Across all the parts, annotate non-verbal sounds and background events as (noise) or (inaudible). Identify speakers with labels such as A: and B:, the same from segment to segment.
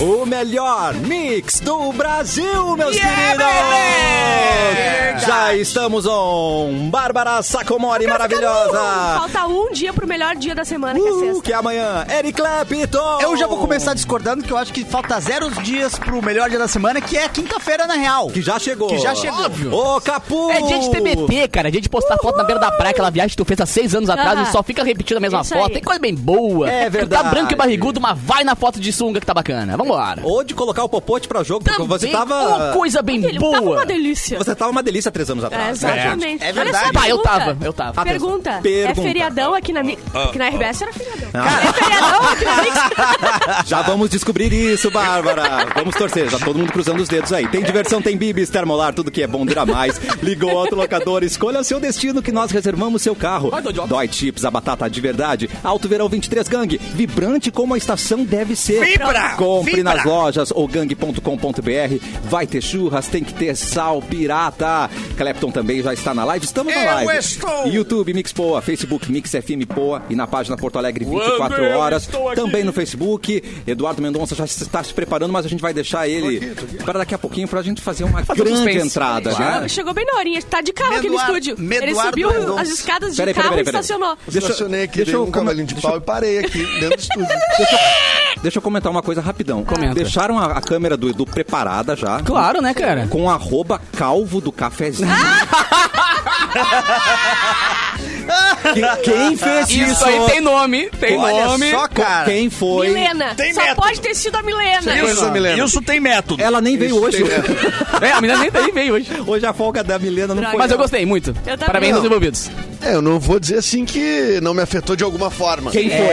A: O melhor mix do Brasil, meus queridos! Já estamos on! Bárbara Sacomori
B: Quero ficar num.
A: maravilhosa!
B: Falta um dia pro melhor dia da semana, que é
A: Uh,
B: sexta.
A: que é amanhã, Eric Clapton!
C: Eu já vou começar discordando que eu acho que falta zero dias pro melhor dia da semana, que é quinta-feira, na real.
A: Que já chegou!
C: Que já chegou.
D: Óbvio.
A: Ô, Capu!
D: É dia de TBT, cara. Dia de postar foto na beira da praia, aquela viagem que tu fez há seis anos atrás
B: Aham.
D: e só fica repetindo a mesma
B: Isso
D: foto.
B: aí.
D: Tem coisa bem boa.
A: É
D: Tu
A: verdade.
D: tá branco e barrigudo, mas vai na foto de sunga que tá bacana. Vambora.
A: Ou de colocar o popote pra jogo, porque você
D: Também
A: tava...
D: Uma coisa bem
B: Aquele,
D: boa.
B: Tava uma delícia.
A: Você tava uma delícia há três anos
B: É,
A: atrás. né?
B: exatamente.
C: É
B: Olha só a
C: verdade.
D: Tá, eu
B: pergunta.
D: tava, eu tava.
B: Pergunta.
A: Pergunta.
B: É feriadão aqui na... Mi-
C: Ah,
B: Aqui na RBS era feriadão.
A: Ah.
B: É feriadão aqui na Mix.
A: Já vamos descobrir isso, Bárbara. Vamos torcer, já todo mundo cruzando os dedos aí. Tem diversão, tem bibis, termolar, tudo que é bom dura mais. Ligou outro locador, escolha o seu destino que nós reservamos seu carro. Dói Chips, a batata de verdade. Alto Verão 23 Gang, vibrante como a estação deve ser.
C: Vibra!
A: Compre
C: Vibra!
A: nas lojas ou gang.com.br. Vai ter churras, tem que ter sal pirata. Clepton também já está na live, estamos na
C: Eu
A: live.
C: estou!
A: YouTube Mix Poa, Facebook Mix FM Poa e na página Porto Alegre 24
D: Quando eu
A: horas.
D: estou aqui.
A: Também no Facebook. Eduardo Mendonça já está se preparando, mas a gente vai deixar ele para daqui a pouquinho para a gente fazer uma grande
D: suspense.
A: entrada.
D: Claro.
A: né?
B: Chegou bem na horinha. Tá de carro aqui no
C: Meduardo-
B: estúdio. Ele
C: Meduardo
B: subiu
C: Mendonça.
B: as escadas de
A: Peraí, peraí,
B: carro
A: peraí,
B: e
A: peraí.
B: estacionou.
A: Deixa eu-
E: Estacionei aqui,
A: deixa
E: dei
A: eu
E: um
A: come-
E: cavalinho de
A: deixa
E: pau e parei aqui dentro do estúdio.
A: Deixa eu comentar uma coisa rapidão.
D: Comenta.
A: Deixaram a, a câmera do Edu preparada já.
D: Claro, né, cara?
A: Com o arroba calvo do
E: (laughs)
A: cafezinho. Que- quem fez isso?
D: Isso aí tem nome, tem
C: Olha
D: nome.
C: só, cara.
A: Quem foi?
B: Milena.
F: Tem
B: Só
F: método.
B: pode ter sido a Milena.
F: Isso, isso tem método.
A: Ela nem veio hoje.
D: É, a menina nem daí veio hoje.
A: (laughs) Hoje a folga da Milena não
B: Droga.
A: foi.
D: Mas eu
A: ela.
D: gostei muito.
B: também.
D: Parabéns aos
E: Não.
D: envolvidos.
E: É, eu não vou dizer assim que não me afetou de alguma forma.
A: Quem foi?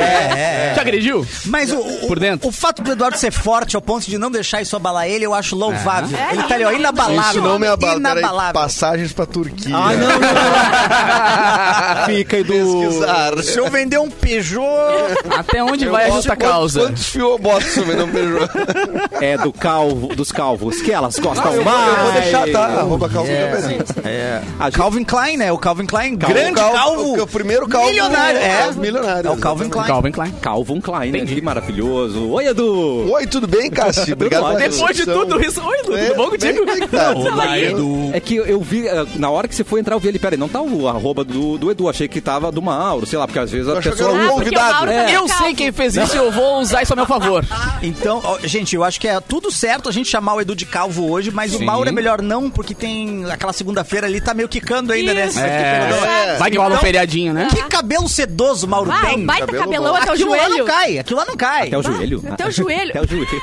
D: Te agrediu?
C: Mas o, o-
D: Por dentro.
C: o fato do Eduardo ser forte ao ponto de não deixar isso abalar ele, eu acho louvável.
B: É.
C: Ele tá ali, ó, inabalável.
E: Isso não me abala. é Peraí,
C: Inabalável.
E: passagens pra Turquia.
A: Ai, não, não,
E: (laughs)
A: não. Fica, Edu.
E: Pesquisar.
C: Se eu vender um Peugeot...
D: Até onde
E: Eu
D: vai a
E: boto
D: justa
E: quantos-
D: causa?
E: Quantos fios eu boto se eu vender um Peugeot?
A: É do calvo, dos calvos que elas gostam mais.
E: Ah, Eu vou deixar, tá? Arroba calvo Capelinho.
A: A gente-
C: Calvin Klein, né? O Calvin Klein,
E: O
C: grande calvo.
E: O, o primeiro calvo.
C: Milionário, é.
E: milionário.
C: É o Calvin Klein.
D: Calvin Klein.
A: Calvin Klein, né? Que maravilhoso. Oi, Edu.
E: Oi, tudo bem, Cássio? Obrigado pela
D: Depois de
E: recepção.
D: tudo isso, oi, Lu,
E: É,
D: tudo bom contigo?
E: Como é que tá?
F: Olá, Edu.
A: É que eu vi, eh, na hora que você foi entrar, eu vi ele, peraí, não tá o arroba do, do Edu, achei que tava do Mauro, sei lá, porque às vezes a
E: Eu achei que
A: pessoa...
E: era
B: Ah,
E: um
B: porque o
E: convidado.
B: Mauro também é
D: Eu sei
B: calvo.
D: quem fez isso e eu vou usar isso a meu favor.
C: Então, ó, gente, eu acho que é tudo certo a gente chamar o Edu de calvo hoje, mas o Mauro é melhor não, porque tem aquela segunda-feira ali, tá meio quicando ainda, né?
B: Isso.
E: É.
D: Vai que rola um feriadinho, né?
C: Que cabelo sedoso o Mauro
B: Ah,
C: tem.
B: um baita
E: Cabelo
B: cabelão
E: bom.
B: até o
C: aquilo lá não
B: joelho.
C: cai, aquilo lá não cai.
A: Até o joelho.
B: até
D: então-
B: o joelho.
A: (laughs) até o joelho.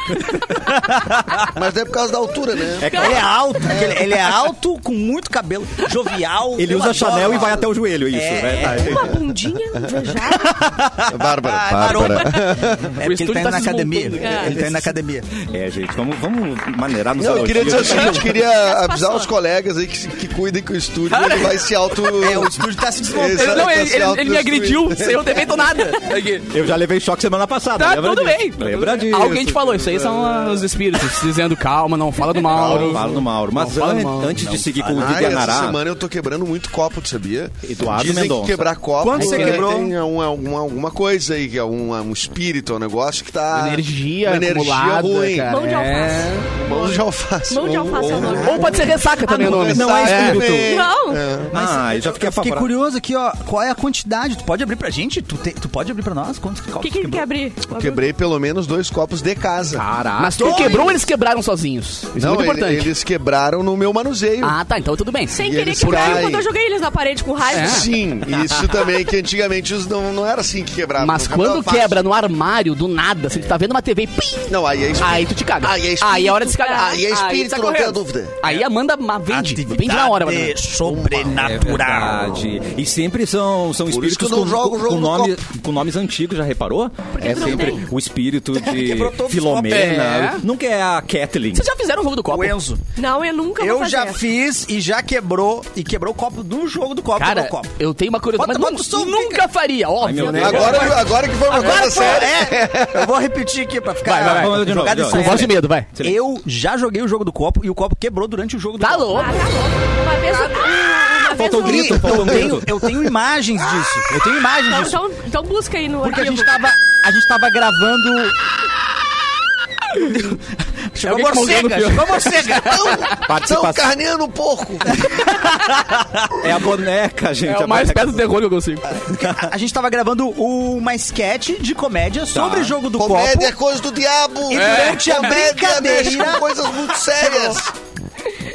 E: Mas é por causa da
A: (laughs)
E: altura, né?
C: Ele é alto, porque ele, ele é alto, com muito cabelo, jovial.
A: Ele
C: Eu
A: usa
C: adoro.
A: Chanel e vai até o joelho, isso.
C: É,
A: né? Tá,
B: Uma bundinha um invejada.
E: Bárbara,
C: Ah,
E: Bárbara.
C: É porque ele tá
D: estúdio
C: indo
D: tá
C: na
D: se
C: academia.
D: desmontando, cara.
C: Ele tá indo na academia.
A: É, gente, vamos, vamos maneirar nos
E: Não, eu queria dizer assim. o
A: elogios.
E: seguinte, queria
B: Passou.
E: avisar os colegas aí que, se- que cuidem que o estúdio ele vai se auto...
C: É, o estúdio tá se desmontando.
E: Esse-
D: Ele, não,
E: tá
D: ele,
E: se
D: ele- ele me
E: autodestruindo.
D: agrediu, sem eu ter feito nada. Aqui.
A: Eu já levei choque semana passada,
D: Tá,
A: lembra
D: tudo
A: disso?
D: bem.
A: Lembra disso.
D: Alguém te falou, isso aí são ah, os espíritos dizendo calma, não fala do
A: Mauro,
D: Mauro.
A: fala no Mauro. Mas
D: fala no
A: an-
D: Mauro.
A: antes de seguir com o
E: Ah,
A: Didi
E: essa
A: Anará,
E: semana eu tô quebrando muito copo, tu sabia?
A: Eduardo
E: Dizem
A: Mendonça.
E: que quebrar copo
C: Quanto você
E: né,
C: quebrou?
E: tem um- alguma, alguma coisa aí, que é um, um espírito, um negócio que tá...
D: Energia,
E: uma energia
D: acumulada,
E: ruim.
D: cara.
B: Mão de alface.
D: É.
E: Mão de alface.
B: Mão de
E: Ou-
B: alface é o
E: ou-
B: nome.
D: Ou pode ser ressaca também o nome.
A: Não é
E: Sabe,
A: espírito.
E: né?
B: Não.
A: Ah, eu já fiquei
C: Eu fiquei
A: apavorado.
C: curioso aqui, ó. Qual é a quantidade? Tu pode abrir pra gente? Tu, te- tu pode abrir pra nós? Quantos
B: O
C: copos
B: que, que ele
C: quebrou?
B: quer abrir?
E: Quebrei pelo menos dois copos de casa.
A: Caraca.
D: Mas tu quebrou ou eles quebraram sozinhos? Ah, Isso é
E: Não,
D: muito
E: ele-
D: importante.
E: eles quebraram no meu manuseio.
D: Ah, tá, então tudo bem.
B: Sem
E: E
B: querer
E: eles
B: quebrar
E: caem.
B: quando eu joguei eles na parede com raiva.
D: É.
E: Sim, isso também, que antigamente os não, não era assim que quebrava.
D: Mas
E: não quebrava
D: quando
E: fácil.
D: quebra no armário, do nada, se tu tá vendo uma TV, pim,
E: Não, aí é espírito.
D: aí tu te caga.
E: Aí é espírito.
D: Aí é hora de se cagar.
E: Aí é espírito,
D: tá
E: não tenha
D: correndo.
E: dúvida.
D: Aí a Amanda ma- vende. Vende na hora, Amanda.
C: Atividade sobrenatural.
A: Verdade. E sempre são, são
E: É, Por isso que
A: espíritos
E: eu não
A: com,
E: jogo o jogo
A: com,
E: no
A: nome- com nomes antigos, já reparou? É
B: que não
A: sempre
B: tem?
A: o
E: (laughs)
A: espírito de
C: Quebrou todos os
A: Filomena.
D: copos. É.
A: Nunca é a Kathleen.
D: Vocês já fizeram o jogo do copo?
C: o Enzo.
B: Não, eu nunca vou
C: Eu
B: fazer.
C: já fiz e já quebrou. E quebrou o copo do jogo do copo.
D: Cara,
C: quebrou o copo.
D: eu tenho uma curiosidade,
C: Bota-
D: mas
C: bota o som,
D: nu- nunca faria, óbvio,
A: meu
D: né?
A: Deus.
E: Agora, agora que foi uma coisa
C: Foi-
E: séria.
C: é, eu vou repetir aqui pra ficar
A: Vai, vai, vai.
C: jogado
A: De novo, de novo.
C: sério.
D: Com voz de medo, vai.
C: Eu já joguei o jogo do copo e o copo quebrou durante o jogo do
D: Tá
C: copo.
D: louco?
B: Ah, tá bom. Uma vez eu... Ah, uma vez
A: faltou um grito, faltou
C: Eu
A: um
C: tenho,
A: grito.
C: eu tenho imagens disso. Eu tenho imagens
B: Então,
C: disso.
B: então, então busca aí no
C: Porque a
B: arquivo.
C: gente tá tava, a gente tava (laughs) gravando. Chegou morcega,
D: alguém comungando,
C: chegou
D: É,
C: morcega.
D: então,
E: Estão
A: Participação.
E: carneando um porco.
A: É a boneca, gente.
D: É
A: a
D: o mais
A: boneca.
D: perto do terror que eu consigo.
E: Ah,
C: A gente tava gravando uma sketch de comédia sobre o jogo do
E: Comédia é
C: copo.
E: coisa do diabo.
D: É.
C: E durante a
E: Comédia
C: brincadeira-
E: mexe com coisas muito sérias.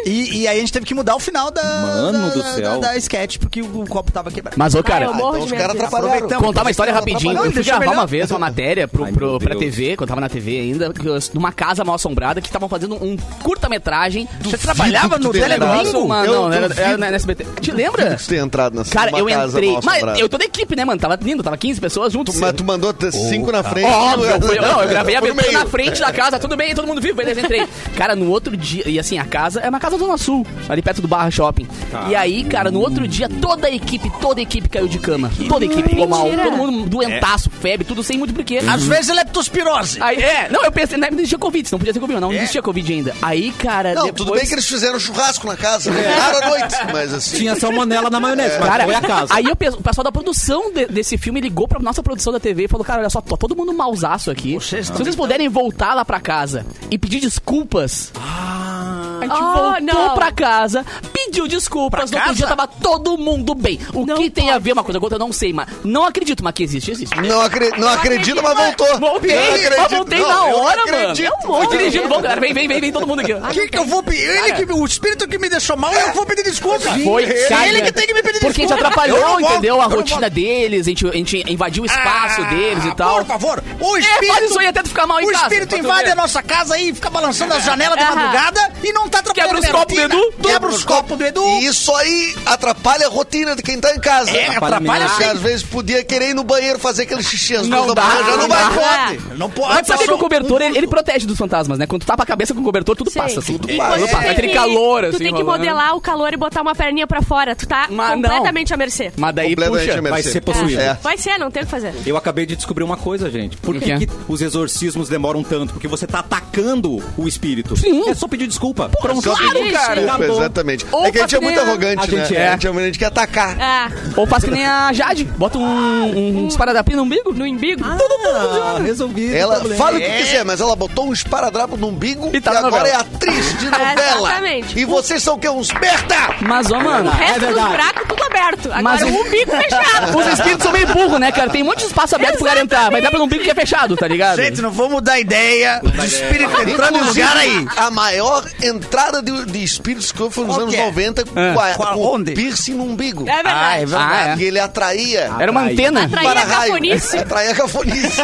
C: E, e aí a gente teve que mudar o final da,
A: Mano
C: da,
A: do
C: da-
A: céu.
C: da sketch, porque o, o copo tava quebrado.
D: Mas, ô,
B: Cara,
D: cara,
B: eu morro
E: então
B: de
E: os
B: medo
E: caras
B: disso.
E: atrapalharam.
C: Aproveitando.
D: contar uma história rapidinho.
C: Não,
D: Eu fui
C: deixa
D: gravar
C: melhor.
D: uma vez uma matéria pro,
A: Ai,
D: pro,
A: meu
D: pra
A: Deus.
D: TV, quando eu tava na TV ainda, que eu- numa casa mal assombrada, que estavam fazendo um curta-metragem. Você trabalhava
E: que tu
D: no
E: tenha
D: Teledomingo?
E: entrado.
D: Não,
E: Eu
D: não, era,
E: duvido.
D: era na SBT. Te lembra?
E: Você ter entrado nessa
D: Cara,
E: numa
D: eu
E: casa
D: entrei.
E: mal
D: Mas
E: assombrada.
D: eu tô da equipe, né, mano? Tava lindo, tava 15 pessoas junto.
E: Mas tu mandou t- cinco na frente.
D: Óbvio,
E: (laughs)
D: eu fui- não, eu gravei a
E: Foi no
D: abertura
E: meio.
D: na frente da casa, tudo bem, todo mundo vivo, beleza, entrei. Cara, no outro dia, e assim, a casa é uma casa Zona Sul, ali perto do Barra Shopping. E aí, cara, no outro dia, toda a equipe, toda a equipe caiu de cama. Toda a equipe ficou mal,
B: Mentira.
D: todo mundo doentaço, febre, tudo sem muito porquê.
C: Às vezes leptospirose.
D: Aí, é, não, eu pensei, não existia Covid, não podia ter Covid, não, não existia Covid ainda. Aí, cara,
E: É. Não,
D: depois... É.
E: tudo bem que eles fizeram churrasco na casa, viraram à noite. Mas assim.
A: Tinha salmonela na maionese, mas
D: Cara,
A: foi a casa.
D: aí eu penso, o pessoal da produção de- desse filme ligou pra nossa produção da TV e falou: Cara, olha só, tá todo mundo mausaço aqui.
C: Vocês
D: Se
C: também
D: vocês puderem voltar lá pra casa e pedir desculpas. A gente
B: Ah,
D: voltou
B: não.
D: pra casa, pediu desculpas. no outro dia tava todo mundo bem. O
B: Não
D: que tem
B: pode.
D: a ver uma coisa com outra, eu não sei, mas não acredito, mas que existe, existe.
E: Não, acre... não acredito, mas voltou.
D: Voltei,
E: Não
D: mas
E: acredito.
D: voltei
E: Não,
D: na
E: eu
D: hora, mano.
E: acredito.
D: Eu vou dirigindo, vamos, galera. Vem, vem, vem, vem todo mundo aqui.
C: Que que eu vou pedir? Ele que me- o espírito que me deixou mal, eu vou pedir desculpa.
D: Foi,
C: ele
D: cara.
C: que tem que me pedir
D: Porque a
C: desculpa.
D: gente
C: Eu
D: atrapalhou,
C: não volto,
D: entendeu? A
C: eu não
D: rotina
C: volto.
D: deles, a gente, a gente invadiu o espaço
C: Ah,
D: deles e tal.
C: Por favor, o
D: É,
C: espírito.
D: faz isso aí até tu ficar mal em
C: o
D: casa.
C: espírito
D: pra tu
C: invade
D: ver.
C: a nossa casa aí, fica balançando as janelas de
B: Aham.
C: madrugada e não tá atrapalhando.
D: Quebra os
C: minha
D: copos do
C: rotina.
D: Edu.
C: Quebra os copos do Edu.
E: E isso aí atrapalha a rotina de quem tá em casa.
C: É, atrapalha
E: Porque
C: sim.
E: às vezes podia querer ir no banheiro fazer aquele xixi às
D: Não
E: duas da
C: Ah,
D: dá,
E: manhã, já não,
D: não
E: vai
D: dá.
E: pode.
C: Não pode.
D: Mas saber que
C: passou
D: o cobertor,
C: um
D: ele, ele protege dos fantasmas, né? Quando tu tapa a cabeça com o cobertor, tudo
B: Sim.
D: passa. Tudo
B: E
D: passa.
B: quando
D: tudo
B: tu
D: passa.
B: tem
D: Aquele
B: que-
D: calor, assim.
B: Tu tem que
D: rolando.
B: modelar o calor e botar uma perninha pra fora. Tu tá
D: Mas não.
B: completamente à mercê.
D: Mas daí,
E: Completamente
D: puxa.
E: a mercê.
A: Vai ser possuído.
E: É.
B: Vai ser, não tem o que fazer.
A: Eu acabei de descobrir uma coisa, gente. Por
D: O
A: que,
D: quê?
A: que os exorcismos demoram tanto? Porque você tá atacando o espírito.
D: Sim.
A: É só pedir desculpa. Pronto,
E: Só
B: claro,
E: pedir
B: cara.
E: desculpa,
A: Acabou.
E: exatamente.
D: Ou
E: é que a gente é muito
D: patriar.
E: arrogante,
A: A gente
E: né?
A: é.
E: A gente é uma gente que atacar.
B: Ah,
D: Ou faz que nem a Jade. Bota um, um esparadrapinho no umbigo. No umbigo.
A: Ah, resolvido.
E: Ela
A: problema.
E: fala o que quiser, mas ela botou um esparadrapo no umbigo
D: E
E: e,
D: tá na
E: agora
D: novela.
E: é atriz de novela.
B: Exatamente.
E: E vocês são o quê? Um Uns merda!
D: Mas, ó, mano...
B: o resto dos
A: verdade.
B: buracos tudo aberto. Agora
D: É Mas
B: o umbigo fechado.
D: (laughs) Os espíritos são meio burros, né, cara? Tem um monte de espaço aberto pro cara entrar. Vai dar pra um bico que é fechado, tá ligado?
C: Gente, não vou mudar a ideia. O espírito entrando no
E: Inclusive,
C: lugar aí.
E: A maior entrada de, de espíritos que houve foi nos
C: Qual
E: anos
C: que é?
E: 90
D: Ah.
E: com, a,
C: Qual-
E: com
C: onde?
E: o piercing no umbigo.
B: É verdade.
D: Ah,
E: E
D: é.
E: ele atraía.
D: Era uma
A: Atraía.
D: antena.
B: Atraía
E: para
B: a
E: raio.
B: cafonice.
E: Atraía a cafonice.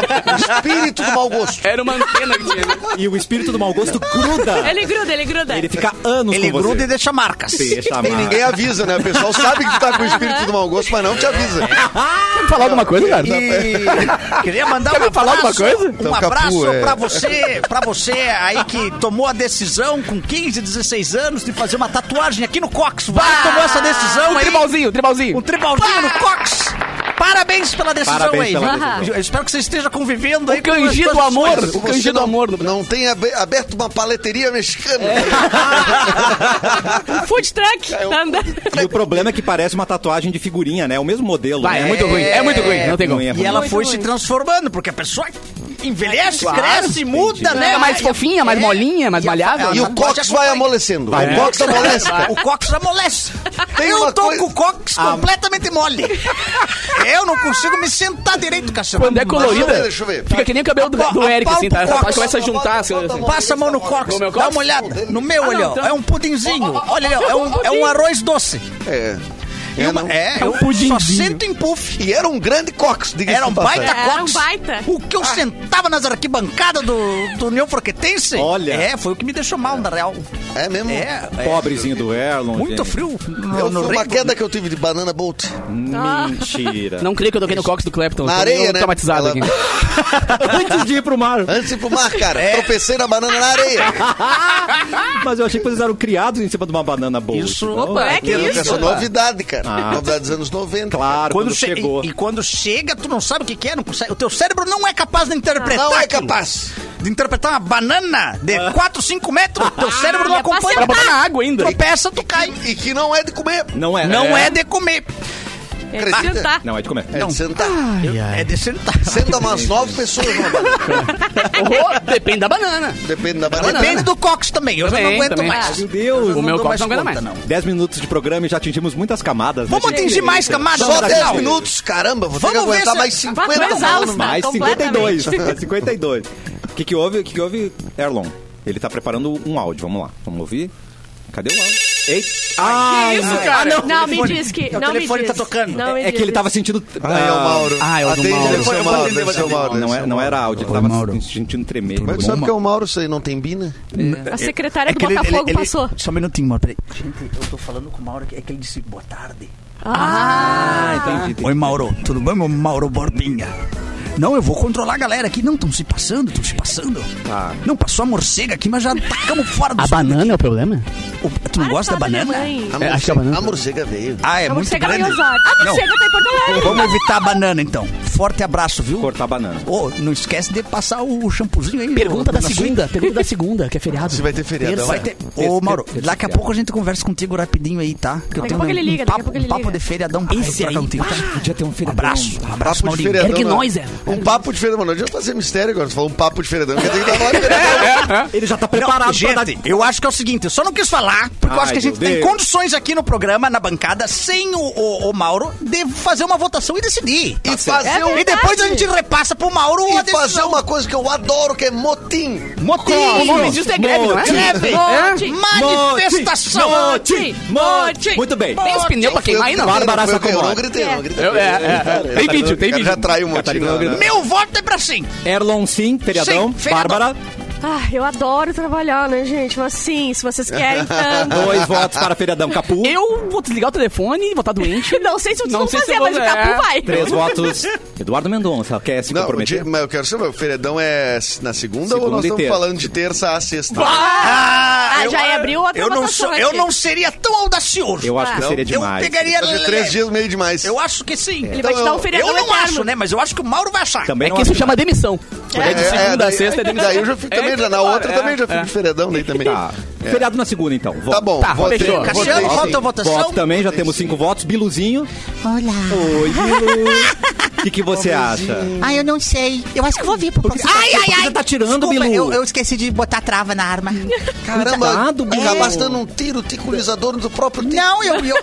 E: Espírito do mau gosto.
D: Era uma antena que tinha.
A: E o espírito do mau gosto gruda.
B: Ele gruda, ele gruda.
A: Ele fica anos
C: Ele
A: com
C: gruda e
A: você.
C: deixa marcas.
A: Deixa
E: E ninguém avisa, né? O pessoal sabe que tu tá com o espírito do mau gosto, mas não te avisa.
D: Quer falar alguma coisa, cara?
C: E queria mandar
D: Quer
C: um
D: me falar
C: abraço,
D: alguma coisa?
C: Um
E: Então,
C: abraço
E: Capu, é.
C: pra você, pra você aí que tomou a decisão com 15, 16 anos de fazer uma tatuagem aqui no Cox. Vai, tomou essa decisão
D: Um
C: aí.
D: tribalzinho, um tribalzinho.
C: Um tribalzinho no Cox. Parabéns pela decisão
A: Parabéns
C: aí.
A: pela
C: viu?
A: decisão.
C: Eu espero que você esteja convivendo aí
D: O canji
C: as
D: do
C: pessoas.
D: amor.
E: Se
D: O
E: você
D: canji do
E: não-
D: amor. no-
E: Não tem abe- aberto uma paleteria mexicana.
B: Um food truck. Tá andando.
A: E o problema é que parece uma tatuagem de figurinha, né? O mesmo modelo.
D: Vai, é
A: né?
D: muito ruim, é muito ruim, não tem como.
A: Não é
C: E
A: ruim.
C: ela
B: Muito
C: foi
B: ruim.
C: se transformando, porque a pessoa envelhece,
D: Claro,
C: cresce, muda, né?
D: Fica mais
C: E-
D: fofinha, mais
C: é.
D: molinha, mais
C: E a-
D: malhável.
E: E
C: ela
E: o
C: não
E: Cox
C: pode
E: vai
C: acompanhar.
E: amolecendo. o Cox amolece. cara.
C: O Cox amolece.
E: é Tem
C: eu
E: uma
C: tô
E: coisa-
C: com o Cox completamente mole. Eu não consigo me sentar direito, cacete.
D: Quando é colorida,
E: Deixa eu ver, deixa eu ver.
D: fica que nem o cabelo do,
C: Apau-
D: do Eric, assim, tá?
C: apalpa o
D: Essa parte
C: cox.
D: começa a juntar, assim. assim.
C: Passa a mão no Cox,
D: No meu
C: dá
D: Cox?
C: uma olhada. No meu,
D: Ah,
C: olha,
D: não,
C: ó.
D: então-
C: é um pudinzinho.
D: Ó, ó, ó,
C: Olha, ali, ó, é um, é um arroz doce.
E: É.
C: E
E: É,
C: uma-
E: não.
C: é,
D: É
C: eu
D: um pudinzinho.
C: só sento em puff.
E: E era um grande Cox, diga
C: Era um baita
B: Era um
C: Cox.
B: baita.
C: O que eu sentava nas arquibancadas do, do Neo Forquetense.
A: Olha.
C: É, foi o que me deixou mal, na real.
E: É mesmo?
C: É,
A: Pobrezinho do Erlon.
C: muito
A: gente.
C: frio. No,
E: Eu,
C: no
E: foi uma
C: Rego.
E: queda que eu tive de banana bolt.
C: (laughs)
A: Mentira.
D: Não creio que eu toquei no cox do Clapton.
E: Na
D: tô meio
E: areia, né?
D: traumatizado
E: Ela-
D: aqui.
E: (laughs)
A: Antes de ir pro mar.
E: Antes de ir pro mar, cara. Tropecei na banana na areia.
A: Mas eu achei que vocês eram criados em cima de uma banana boa.
C: Ah! Isso,
A: Então,
C: opa,
B: é que
E: Era
B: isso?
E: essa novidade, cara.
A: Ah.
E: Novidade dos anos 90.
A: Claro, quando,
C: che-
A: chegou.
C: E, e quando chega, tu não sabe o que, que é, não consegue. O teu cérebro não é capaz de interpretar.
E: Não é
C: aquilo.
E: capaz.
C: de interpretar uma banana de 4, 5 metros, teu cérebro não
B: é pra
C: acompanha.
B: sentar. Pra botar
D: na água ainda.
C: Tropeça, tu cai.
E: E que não é de comer.
A: Não é.
C: Não é de comer.
B: É de sentar.
A: Não é de comer.
E: É de sentar.
C: É de sentar.
E: Senta umas nove pessoas numa banana.
D: Oh, depende da banana.
E: Depende da banana.
C: Depende do cox também. Eu já não
D: Também,
C: aguento
D: também.
C: mais.
A: É. Meu Deus.
D: O meu
C: dou
D: copo não
C: conta,
D: aguenta mais.
C: não.
A: 10 minutos de programa e já atingimos muitas camadas. né,
C: Vamos
A: gente?
C: atingir mais camadas.
E: Só
C: no
E: 10
C: final.
E: minutos, caramba. Vou ter que
C: Vamos ver
E: aguentar
C: se-
E: mais
B: Vai,
E: 50
B: vai,
E: bananas.
B: exausta.
A: Mais
C: Tá
B: Completamente.
A: 52. (laughs) 52. O que, que houve, que, que houve, Erlon? Ele tá preparando um áudio. Vamos lá. Vamos ouvir? Cadê o áudio? Ei. Ah,
B: isso,
A: não.
B: cara?
A: Ah,
B: não,
A: não.
B: me
C: telefone.
B: diz que.
C: É, o
B: não
C: telefone
B: me
C: tá
B: diz.
C: tocando.
B: Não me
A: É que ele
B: diz.
A: tava sentindo.
E: Ah, é o Mauro.
D: Ah, é o do
E: Atende,
D: Mauro.
E: deve ser o Mauro, deve ser o Mauro, deve
A: Não,
E: ser
A: é-
E: o
A: não
E: Mauro.
A: era áudio, ele
C: Oi,
A: tava
C: Mauro.
A: sentindo tremer.
E: Mas tu sabe que é o Mauro isso aí, não tem bina?
B: A secretária do
C: É que ele-
B: Botafogo
C: ele- ele-
B: passou.
C: Só um minutinho, Mauro. Peraí. Gente, eu tô falando com o Mauro, é que ele disse boa tarde.
A: Ah, entendi. entendi.
C: Oi, Mauro. Tudo bem, meu Mauro Borbinha? Não, eu vou controlar a galera aqui. Não, estão se passando, estão se passando.
A: Tá.
C: Não, passou a morcega aqui, mas já tacamos fora do
D: A banana é o problema?
C: O- Tu não gosta da
B: Para de falar
C: banana?
B: minha mãe.
E: morcega-
D: acho que é a banana.
E: a morcega veio.
C: Ah, é
B: A
C: muito
B: morcega tá em
C: grande.
B: Osasco. A
C: Não,
B: morcega tá em Porto Alegre.
C: vamos evitar a banana, então. Forte abraço, viu?
A: Cortar a banana.
C: Ô, não esquece de passar o shampoozinho aí.
D: Pergunta
C: ô,
D: da
C: dona Sul.
D: segunda. Pergunta da segunda, que é feriado.
E: Se vai ter feriadão.
C: Vai ter... Ô, Mauro, daqui a pouco a gente conversa contigo rapidinho aí, tá? Que eu
B: Daqui a
C: tenho
B: pouco ele liga,
C: um
B: daqui a
C: papo,
B: pouco ele
C: um papo
B: liga.
C: de feriadão.
D: Esse
C: pra
D: aí,
C: contigo, tá?
D: ah,
A: Podia ter um
C: Um abraço, um abraço,
E: Papo de
C: Maurinho.
E: feriadão.
D: Ergue
E: não.
D: nós, é.
E: Um papo de feriadão. Não adianta fazer mistério agora. Você falou um papo de feriadão. porque tem que dar uma É,
A: Ele já tá
C: Não,
A: preparado
C: gente,
A: pra dar...
C: eu acho que é o seguinte, eu só não quis falar, porque eu
A: Ai,
C: acho que a gente
A: meu
C: tem
A: Deus.
C: condições aqui no programa, na bancada, sem o, o- o Mauro, de fazer uma votação e decidir. Tá
E: E fazer
B: É
E: um-
C: E depois a gente repassa pro Mauro a
E: E
C: decisão.
E: fazer um uma coisa que eu adoro, que é motim.
C: Motim,
D: O nome disso é greve, não é?
C: greve,
B: Motim.
C: manifestação.
A: Mote! Mote!
B: Mote.
A: Muito bem.
D: Tem os pneus pra queimar ainda?
E: Não,
A: Bárbara
E: não foi eu que- Eu não
A: Sacomori.
E: gritei, eu não gritei.
D: Eu- é, é. Tem vídeo, tem
E: O cara
D: vídeo. Tá
E: Já um traiu o motim.
A: Catarina
E: não,
A: Grande.
E: não.
C: Meu voto é pra sim.
A: Erlon, sim, feriadão.
C: Sim, feriadão.
A: Bárbara,
B: Ah, eu adoro trabalhar, né, gente? Mas sim, se vocês querem tanto.
A: dois votos para feriadão. Capu,
D: Eu vou desligar o telefone, vou estar doente.
B: Não sei se vocês
D: Não
B: vão
D: sei se
B: fazer,
D: eu
B: mas o
D: vou-
B: Capu
D: é.
B: vai.
A: três votos. Eduardo Mendonça, quer se
E: Não, o
A: comprometer?
E: dia- mas eu quero saber, o feriadão é na segunda, ou
A: Segunda
E: nós
A: e
E: estamos
A: terça.
E: falando de terça a sexta?
C: Ah,
B: Ah,
C: eu-
B: já abriu outra
C: eu não
B: votação
C: sou, Eu
B: aqui.
C: não seria tão audacioso.
A: Eu acho que
B: Ah.
A: seria
C: Eu
A: demais.
C: pegaria...
E: Fazer três
C: le-
E: dias meio demais.
C: Eu acho que sim. Então,
B: Ele vai te dar um feriadão
C: Eu não
B: eterno.
C: acho, né? Mas eu acho que o Mauro vai achar.
A: Também
D: É
A: não
D: que isso
A: acho.
D: chama demissão. É, de segunda a
E: daí-
D: sexta é demissão.
E: Daí eu já fico
D: É,
E: também, já na
D: claro,
E: outra
D: é,
E: também já fico
D: é.
E: de feriadão, daí também.
A: Tá. Feriado na segunda, então. Volta.
E: É. Tá bom,
D: Tá,
E: votei.
D: fechou.
E: votei
C: Cassiano,
E: sim.
C: qual a tua votação?
A: Voto também, já temos cinco votos. Biluzinho. Olá. Oi,
C: (laughs)
A: Bilu. O que, que você acha?
G: Ah, eu não sei. Eu acho que eu vou vir pro
A: Por que você
G: próximo-
A: tá-
G: Ai,
A: por
G: ai,
A: que
G: ai.
A: você tá tirando,
G: Desculpa,
A: Bilu?
G: Eu, eu esqueci de botar trava na
A: (laughs)
G: arma.
E: Caramba,
A: Cuidado,
C: é.
E: acabaste
A: Bilu.
E: dando um tiro ticulizador do próprio tempo.
G: não, eu... (laughs) eu...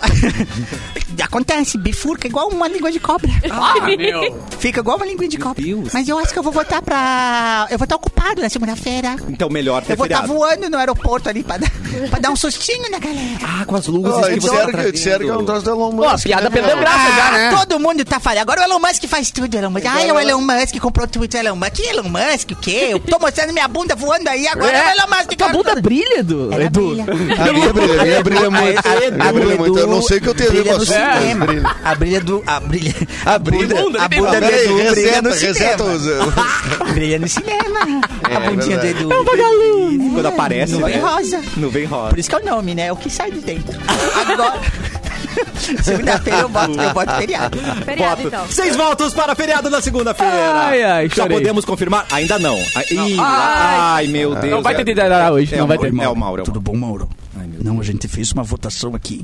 G: Acontece, bifurca igual uma língua de cobra. (laughs)
D: Meu.
G: Fica igual uma língua de
A: Meu
G: cobra.
A: Deus.
G: Mas eu acho que eu vou votar pra... Eu vou estar ocupado na segunda-feira.
A: Então, melhor ter
G: Eu vou estar
C: um-
A: feriado.
G: voando no aeroporto ali pra dar, pra dar um sustinho na galera.
A: Ah, com as luzes
E: Ah,
A: que você
E: disseram,
A: tá
E: que, disseram que é
A: trazendo.
E: um troço do Elon
D: Pô, a
E: Musk.
D: piada
E: né?
D: perdeu graça já, né?
G: Todo mundo tá falando. Agora o Elon Musk faz tudo, Elon Musk. Ai, o Elon Musk comprou tudo, Elon Musk. Que Elon Musk, o quê? Eu tô mostrando minha bunda voando aí, agora o
B: É.
C: é
G: Elon Musk...
D: tua
G: quer-
D: bunda brilha, Edu.
G: Ela
D: Edu.
G: brilha.
E: A minha brilha, a minha brilha muito.
C: A- a-
E: A minha
C: a-
E: brilha muito. Eu não sei o que eu tenho a ver
C: brilha
E: com
C: no
E: isso.
C: cinema. A brilha do. A brilha. A brilha.
D: bunda,
C: A
D: ele
C: bunda do É. Edu brilha
E: né? Reseta,
C: no
E: reseta.
C: cinema.
E: os-
C: (laughs) Brilha no cinema.
E: (laughs) É,
C: A bundinha do
E: verdade.
C: Edu. É um vagalume.
A: Quando aparece,
G: Nuvem
A: né?
G: rosa.
A: Nuvem rosa.
G: Por isso que é o nome, né? É o que sai de dentro. Agora. (laughs) Segunda-feira eu boto, eu boto feriado.
B: Feriado,
A: Voto.
B: então.
A: Seis votos para feriado na segunda-feira.
D: Ai, ai,
A: Já
D: chorei.
A: podemos confirmar? Ainda não. Ai, ih,
D: Ai.
A: ai, meu Deus.
D: Não vai ter
A: É-
D: tentará hoje,
A: é
D: não
A: o
D: vai
A: Mauro.
D: ter.
A: É o Mauro. é o
C: Tudo bom, Mauro? Não, a gente fez uma votação aqui.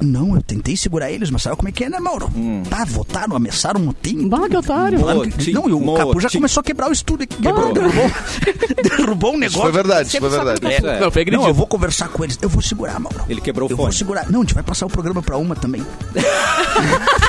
C: Não, eu tentei segurar eles, mas sabe como é que é, né, Mauro?
E: Hum.
C: Tá, votaram, ameaçaram um motim.
D: Bah, que otário.
C: Claro que-
A: Motim,
C: Não, e o Capu já
A: motim.
C: começou a quebrar o estúdio aqui. Quebrou, derrubou, (laughs) derrubou um
E: Isso
C: negócio.
E: foi verdade, isso foi verdade.
A: Mauro. É.
D: Não, foi agredido.
C: Não, eu vou conversar com eles. Eu vou segurar, Mauro.
A: Ele quebrou o
C: eu
A: fone.
C: vou segurar. Não, a gente vai passar o programa pra uma
E: (laughs)
C: também.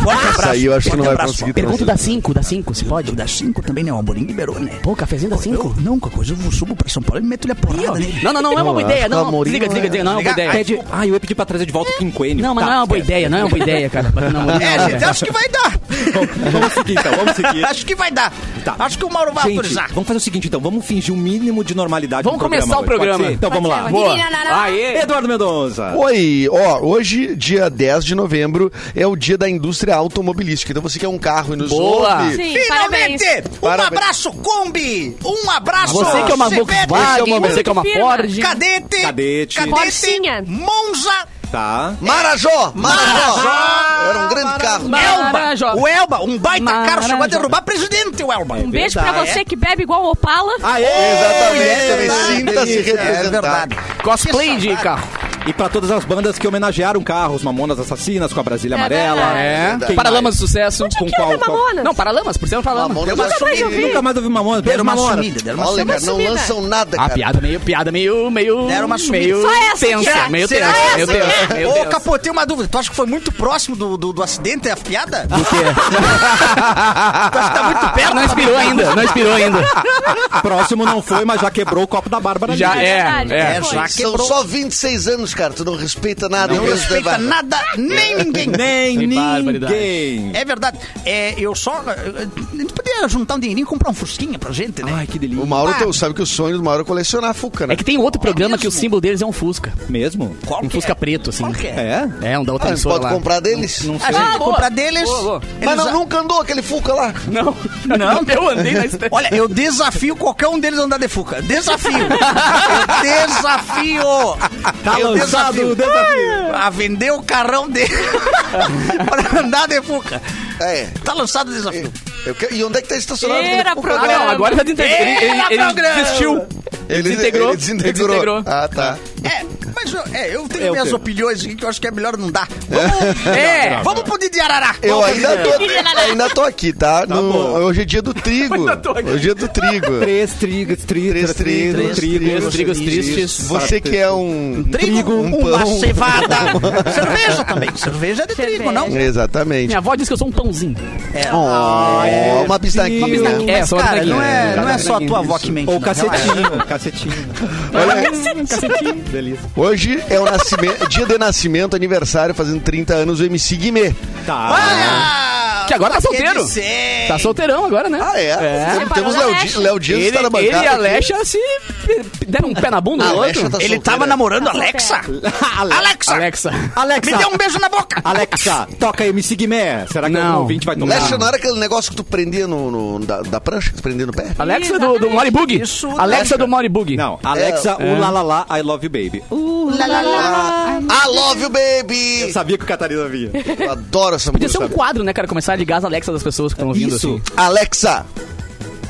C: forte abraço.
E: aí eu acho que
C: forte
E: não vai
C: abraço,
E: conseguir
C: Mauro.
D: Pergunta da 5, da 5, se pode?
C: O da 5 também, né? O Amorim liberou, né?
D: Pô, cafezinho da 5?
C: Eu, não, qualquer coisa, eu subo pra São Paulo e meto-lhe a porrada nele.
D: Não, não, não, é uma boa
E: acho
D: ideia.
E: que o
D: Não,
E: Amorim
D: desliga,
E: não
D: desliga,
E: é.
D: desliga. Não é uma boa
C: Desliga.
D: ideia.
A: Pede... Ah, eu ia pedir pra trazer de volta o quinquênio.
D: Não, mas
A: Tá,
D: não é uma boa
A: certo.
D: ideia, não é uma boa ideia, cara. Não, não,
C: É, gente, acho que vai
D: (laughs)
C: dar.
A: Vamos, vamos seguir, então. Vamos seguir.
C: Acho que vai dar.
A: Tá.
C: Acho que o Mauro vai
A: Gente,
C: autorizar.
A: vamos fazer o seguinte, então. Vamos fingir o mínimo de normalidade
D: Vamos
A: no
D: começar o
A: hoje. Pode
D: programa.
A: ser? Então,
B: Pode
A: vamos lá.
B: ser, vai.
D: Boa.
B: Aê.
A: Eduardo Mendonça.
E: Oi, ó, hoje, dia 10 de novembro, é o dia da indústria automobilística. Então você quer um carro e nos
D: Boa.
E: ouve.
B: Sim, parabéns.
C: Finalmente! Um
E: Parabéns.
C: abraço, Kombi! Um abraço,
D: Você que é uma
C: Chevette,
D: Volkswagen,
E: momento.
D: você que é uma
B: Firma.
D: Ford.
C: Cadete!
A: Cadete.
B: Corsinha.
C: Monza!
A: Tá.
E: Marajó! Marajó! Era um grande carro.
D: Elba! né, jovem?
C: O Elba, um baita cara,
D: Maravilha.
C: chegou a derrubar presidente, o Elba.
B: Um beijo pra você que bebe igual Opala.
A: Aê! É
E: Exatamente, sinta-se
A: delícia.
E: representado.
C: É verdade.
D: Cosplay de carro.
A: E pra todas as bandas que homenagearam o carro, os Mamonas Assassinas com a Brasília
B: É
A: Amarela.
B: verdade.
D: É.
A: Quem
D: Paralamas
A: mais?
D: do sucesso.
A: Com
B: Que
A: qual?
B: é
A: qual?
B: Mamonas?
D: Não, Paralamas, por cima Paralamas.
E: Mamonas
D: Paralamas.
E: assumiram.
B: mais ouvi.
A: Nunca mais ouvi Mamonas. Beijo,
C: Deram uma
A: Mamonas.
C: sumida, deram uma
E: Olha,
C: sumida.
E: cara, não
B: subida.
E: lançam nada,
D: A
E: cara.
D: Ah, piada meio, piada meio, meio.
C: Deram uma subida.
D: meio
B: Só essa,
D: tensa,
B: será?
D: meio
C: Será
D: tensa,
C: essa? é?
D: meu Deus, meu
C: Ô,
D: Deus.
C: Capô, tem uma dúvida. Tu acha que foi muito próximo do, do, do acidente, É a piada? Do quê? tu acha que tá muito perto?
D: Não inspirou ainda, não inspirou
C: (laughs)
D: ainda.
A: Ah, Próximo não foi, mas já quebrou o copo da Bárbara.
D: Já
A: Lima.
D: é,
B: verdade,
D: é.
B: foi.
C: já
E: São
C: quebrou.
E: só 26 anos, cara. Tu não respeita nada.
C: Não
E: mesmo,
C: respeita
E: Evandro.
C: nada, nem ninguém.
A: Nem
D: Que barbaridade.
A: ninguém.
C: É verdade. É, eu só... A gente poderia juntar um dinheirinho e comprar um fusquinha pra gente, né?
A: Ai, que delícia.
E: O Mauro, tu sabe que o sonho do Mauro é colecionar a Fuca, né?
D: É que tem outro programa que o símbolo deles é um Fusca.
A: Mesmo?
D: Um Fusca preto, assim.
C: Qual que é?
A: É?
D: É, um da outra
E: Ah,
D: emissora
E: pode
D: lá.
E: comprar deles?
C: A gente ia um comprar deles.
D: Boa, boa.
C: eles
E: Mas não,
C: a-
E: nunca andou aquele Fuca lá.
D: Não, não, eu andei na estante.
C: Olha, eu desafio qualquer um deles a andar de fuca. Desafio. Eu desafio.
A: Tá
C: eu
A: lançado o desafio.
C: A vender o carrão dele (laughs) pra andar de fuca.
E: É.
C: Tá lançado o desafio.
E: Eu quero- E onde é que tá estacionado
B: Era
E: aquele Fuca
D: Ah,
E: agora?
D: não, agora já desintegrou. Ele, ele, ele desistiu. Ele desintegrou.
E: Ele desintegrou.
D: Desintegrou.
E: Ah, tá.
C: É, mas eu, é, eu tenho
A: Eu
C: minhas
A: tenho.
C: opiniões aqui que eu acho que é melhor não dar. Vamos,
D: É.
C: é, vamos pro Didi Arará.
E: Eu
C: Vamos,
E: ainda
C: (laughs) Didi.
E: tô, ainda tô aqui, tá? No-
A: bom.
E: hoje é dia do trigo. Hoje é dia
A: (laughs)
E: do trigo.
A: Três trigos, trigos,
E: Três trigos,
A: trigos,
E: trigos,
A: trigos,
D: trigos tristes.
E: Você que é um...
C: Trigo,
E: um
C: uma (laughs)
E: pão.
C: cevada. cerveja também. Cerveja é de trigo, não?
E: Exatamente.
D: Minha avó diz que eu sou um pãozinho.
A: é,
E: Oh, uma
A: sim. Uma
E: pistaquinha.
A: pistaquinha.
D: É,
C: Mas,
D: só
C: cara,
D: daqui.
C: não é, não é só a tua avó que mente. é.
A: Ou
C: não, relaxa.
A: cacetinho, cacetinho.
C: (laughs)
B: Cacetinho.
A: Delícia.
E: Hoje é o nascimento, (laughs) dia de nascimento, aniversário, fazendo 30 anos, o MC Guimê.
A: Tá.
C: Ah,
D: Que agora tá solteiro.
C: Sim.
D: Tá solteirão agora, né?
E: Ah, é?
C: tá
B: Separou
E: Temos- Temos Léo
B: da
E: Di-
B: Leste.
E: Léo Dias
D: Ele,
E: está na
D: ele
E: bancada.
D: e a Alexa se deram um pé na bunda
E: Ah,
D: do
E: a Alexa tá
D: outro.
C: Ele
E: solteira.
C: tava namorando a
B: Tá
C: Alexa? Alexa!
B: (laughs)
D: Alexa.
A: Alexa.
C: Me deu um beijo na boca!
A: Alexa, toca MC Guimé. Será que
D: Não.
A: algum ouvinte vai tomar?
E: Leste não era aquele negócio que tu prendia no, no- da, da prancha, que tu prendia no pé?
D: Alexa do, do Moribug.
C: Isso,
D: Alexa do Moribug.
A: Não,
C: É,
A: um Alexa, o la la la, I love you baby. Uh,
E: I love you, baby!
A: eu sabia que o Catarina
C: (laughs)
A: vinha.
E: Eu adoro essa
D: Podia ser
E: música.
D: um quadro, né, cara? Começar a ligar as Alexa das pessoas que estão ouvindo
A: Isso.
D: assim.
E: Alexa,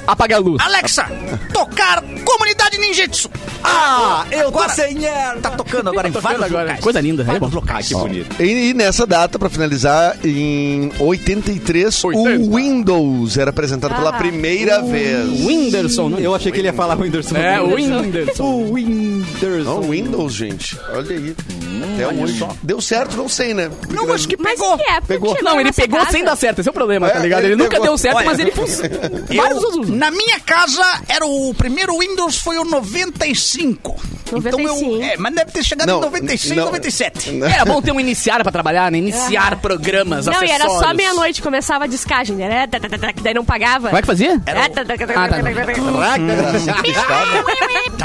D: Apaga a luz.
B: Ah,
C: Alexa! Tocar Comunidade Ninjitsu!
A: Ah, eu tô sem erva.
C: Tá tocando agora em vários
D: agora.
C: locais.
D: Coisa linda, é bom.
A: Ah, que bonito.
E: E, e nessa data, pra finalizar, em 83, o Windows era apresentado
D: Ah.
E: pela primeira
D: Uh.
E: vez.
D: Whindersson, não
A: Eu achei que ele ia falar o Whindersson.
D: É, o Whindersson.
A: O Whindersson.
E: Não, Windows, gente. Olha aí.
D: Hum,
E: Até hoje. Deu certo, não sei, né? Porque
C: Não, acho que
B: Mas
C: pegou.
B: o que é? Porque
E: Pegou.
B: chegou
D: Não,
B: na
D: ele
B: nossa
D: pegou
B: casa.
D: sem dar certo, esse é o problema,
E: É,
D: tá ligado? Ele,
E: ele
D: nunca
E: pegou.
D: deu certo,
C: Olha,
D: mas ele fez vários
C: Eu,
D: usos.
C: na minha casa, era o primeiro Windows foi o 95. Então
B: 95.
C: eu, é, mas deve ter chegado
E: Não,
C: em 96,
E: não.
C: 97.
D: (laughs) Era bom ter um iniciar pra trabalhar, né? Iniciar programas,
B: Não, e
D: acessórios.
B: era só meia-noite, começava a descagem, né? Tá, tá, tá, tá, que Daí não pagava.
D: Como é que Ah, fazia? Hum.
B: Tá, tá, tá, tá, tá, tá, tá, tá.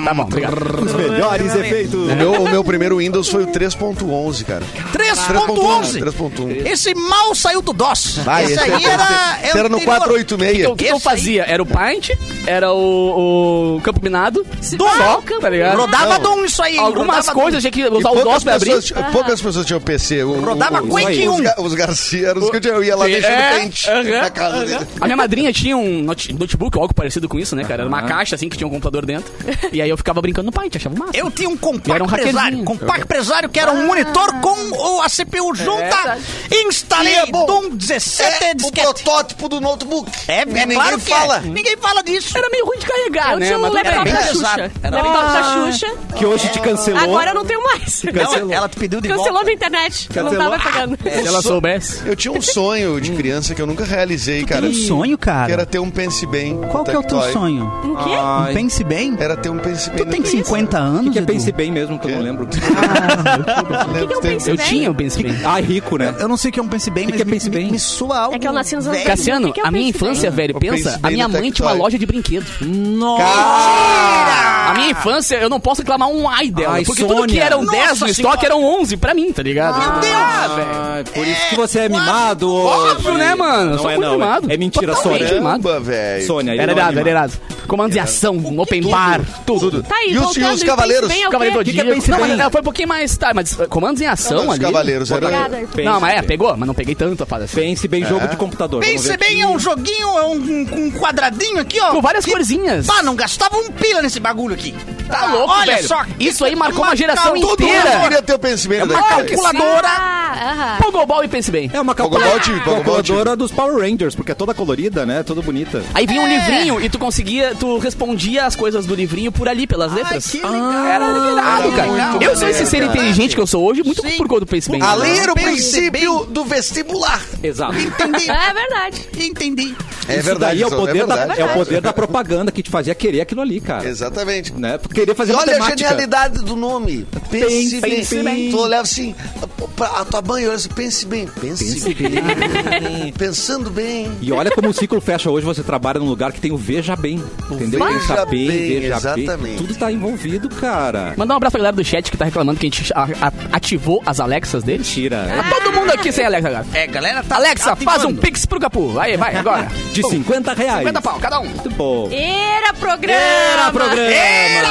D: Tá bom, obrigado.
A: Os melhores efeitos.
E: (laughs) O
D: É.
E: meu, o meu primeiro Windows foi o 3.11, cara.
C: 3.11.
E: 3.11.
C: Esse mal saiu do DOS.
E: Vai,
C: esse, aí
E: é-
C: era...
E: esse era no
C: anterior.
E: 486.
D: Então, O que eu
C: Esse
D: fazia? Era o Paint, era o, o Campo Minado, só,
B: Campo
D: tá ligado?
B: Minado.
C: Rodava
E: Não.
C: Doom isso aí. hein?
D: Algumas
C: Rodava
D: coisas tinha que
E: E
D: usar o Ah. DOS
E: poucas,
D: pra abrir.
E: pessoas, poucas pessoas tinham PC. O,
C: Rodava
E: o, o,
C: Quake
E: os,
C: 1.
E: ga- os Garcia eram os que eu, tinha, eu ia lá
D: um. Sim,
E: deixando
D: é,
E: pente
D: aham,
E: na casa dele.
D: A minha madrinha tinha um note- notebook ou algo parecido com isso, né, cara? Era uma caixa assim que tinha um computador dentro. E aí eu ficava brincando no Paint, achava massa.
C: Eu tinha um
D: E era
C: compacto
D: um
C: empresário.
D: hackerzinho.
C: compacto empresário que era um monitor com o- a CPU junta.
D: verdade.
C: Instalei
E: E é bom.
C: Doom 17
E: É o
C: disquete.
E: protótipo do notebook.
C: É, é
E: E ninguém
C: claro que
E: fala.
C: é. Ninguém fala disso.
D: Era meio ruim de carregar,
B: Eu
D: né?
B: tinha um
D: Mas tudo
B: laptop
D: bem.
B: da
C: bem pesado.
B: Xuxa. um
C: Era
B: Laptop da Xuxa.
A: Que hoje te cancelou.
B: Agora eu não tenho mais.
C: Ela, ela te pediu
B: (laughs)
C: de
B: Cancelou
C: volta.
B: minha internet. Eu não
A: Cancelou.
B: tava pagando.
D: Se ela soubesse.
E: Eu tinha um sonho de criança que eu nunca realizei, cara. Que
C: cara.
E: era ter um pense bem.
C: Qual que é o teu
E: Tectoy.
C: sonho?
B: O quê?
D: Ah.
C: Um Pense bem?
E: Era ter um pense bem.
C: Tu tem 50 anos,
A: O que é
C: Edu?
A: pense bem mesmo, que eu não lembro.
B: que é
E: que
B: um pense
D: Eu
B: bem?
D: tinha o Pense Bem.
A: Ah, rico, né?
C: Eu não sei o que é um Pense bem,
A: que
C: mas
A: é Pense
C: me,
A: Bem?
C: me, me soa algo
B: É que eu nasci nos anos
C: velho.
B: 80.
D: Cassiano,
B: O que que é o
D: a minha
B: Pense
D: infância, velho,
E: O
D: pensa,
E: Pense
D: a
E: Bem
D: minha
E: do
D: mãe tinha uma
E: Tectoy.
D: loja de brinquedo. A minha infância, eu não posso reclamar um ai dela,
A: Ai,
D: porque tudo que
A: Sônia.
D: eram 10
C: Nossa
D: no estoque eram 11 pra mim, tá ligado? Meu
A: Ah, velho. Por isso que você é mimado.
D: Óbvio, né, mano?
A: Não
D: Sou
A: é,
D: muito
A: não.
D: mimado.
A: É mentira,
D: Totalmente.
A: Sônia.
E: Caramba, velho.
A: Sônia, ele
D: Era
A: não é
D: irado, era
A: mimado.
D: irado. Comandos de ação, open bar, tudo.
E: Tudo.
B: Tá aí,
E: e os, e
B: voltando,
E: os
B: e
E: cavaleiros?
B: pense bem ao-
D: Cavaleiro do
B: O que
A: que é
D: Zodíaco. Não,
A: bem?
D: mas, é, foi um pouquinho mais tarde, mas eh, comandos em ação
E: Não, mas
D: ali.
E: Cavaleiros era-
B: Obrigada.
D: Não, mas é, pegou, mas não peguei tanto a fase assim.
A: Pense bem jogo de computador. Vamos
C: Pense
A: ver.
C: bem, é um joguinho, é um, um quadradinho aqui, ó.
D: Com várias
C: que,
D: corzinhas.
C: Pá, não gastava um pila nesse bagulho aqui.
D: Tá
C: Ah,
D: louco,
C: olha
D: velho.
C: só.
D: Isso aí marcou uma geração
C: calculadora.
E: Todo mundo
D: inteira. É
E: queria ter o pensamento
C: É
D: uma
E: daquele.
D: calculadora.
B: Ah, aham.
D: Pogobol e pense bem.
A: É uma
E: Pogobol tive,
A: calculadora,
E: Pogobol
A: calculadora dos Power Rangers, porque é toda colorida, né? Toda bonita.
D: Aí vinha um
C: É.
D: livrinho e tu conseguia, tu respondia as coisas do livrinho por ali, pelas letras.
C: que legal.
D: Era
A: Ah,
D: liberado,
E: Era
D: cara.
E: muito
D: eu sou esse
E: maneiro,
D: ser
E: cara.
D: inteligente que eu sou hoje, muito por conta do Pense Bem.
E: A ler o
C: Pense
E: princípio do vestibular.
A: Exato.
C: Entendi,
B: É verdade.
C: entendi.
E: É
A: Isso daí
E: verdade,
A: é o
E: Saulo,
A: poder, da,
E: verdade.
A: é o poder da propaganda que te fazia querer aquilo ali, cara.
E: Exatamente.
A: Né? Querer fazer
E: E olha a
A: matemática.
E: genialidade do nome. Pense,
A: Pense
E: bem.
A: bem.
E: Tu olhava assim, pra- a tua mãe olha assim, pense bem. Pense, bem. (laughs) Pensando bem.
A: E olha como o ciclo fecha hoje, você trabalha num lugar que tem o veja bem, entendeu?
E: Veja
A: Pensa bem, veja
E: Bem,
A: bem.
E: exatamente.
A: Tudo tá envolvido, cara.
D: Mandar um abraço pra galera do chat que tá reclamando que a gente a- a- ativou as Alexas deles.
A: Mentira.
D: Tá todo mundo aqui sem Alexa agora.
C: Ah. É, galera, tá
D: Alexa, faz um
C: ativando.
D: pix pro Capu. Aí, vai,
E: Ah.
D: agora.
A: De 50 reais.
D: 50 pau, cada um.
A: Muito bom.
B: Era programa.
A: Era programa!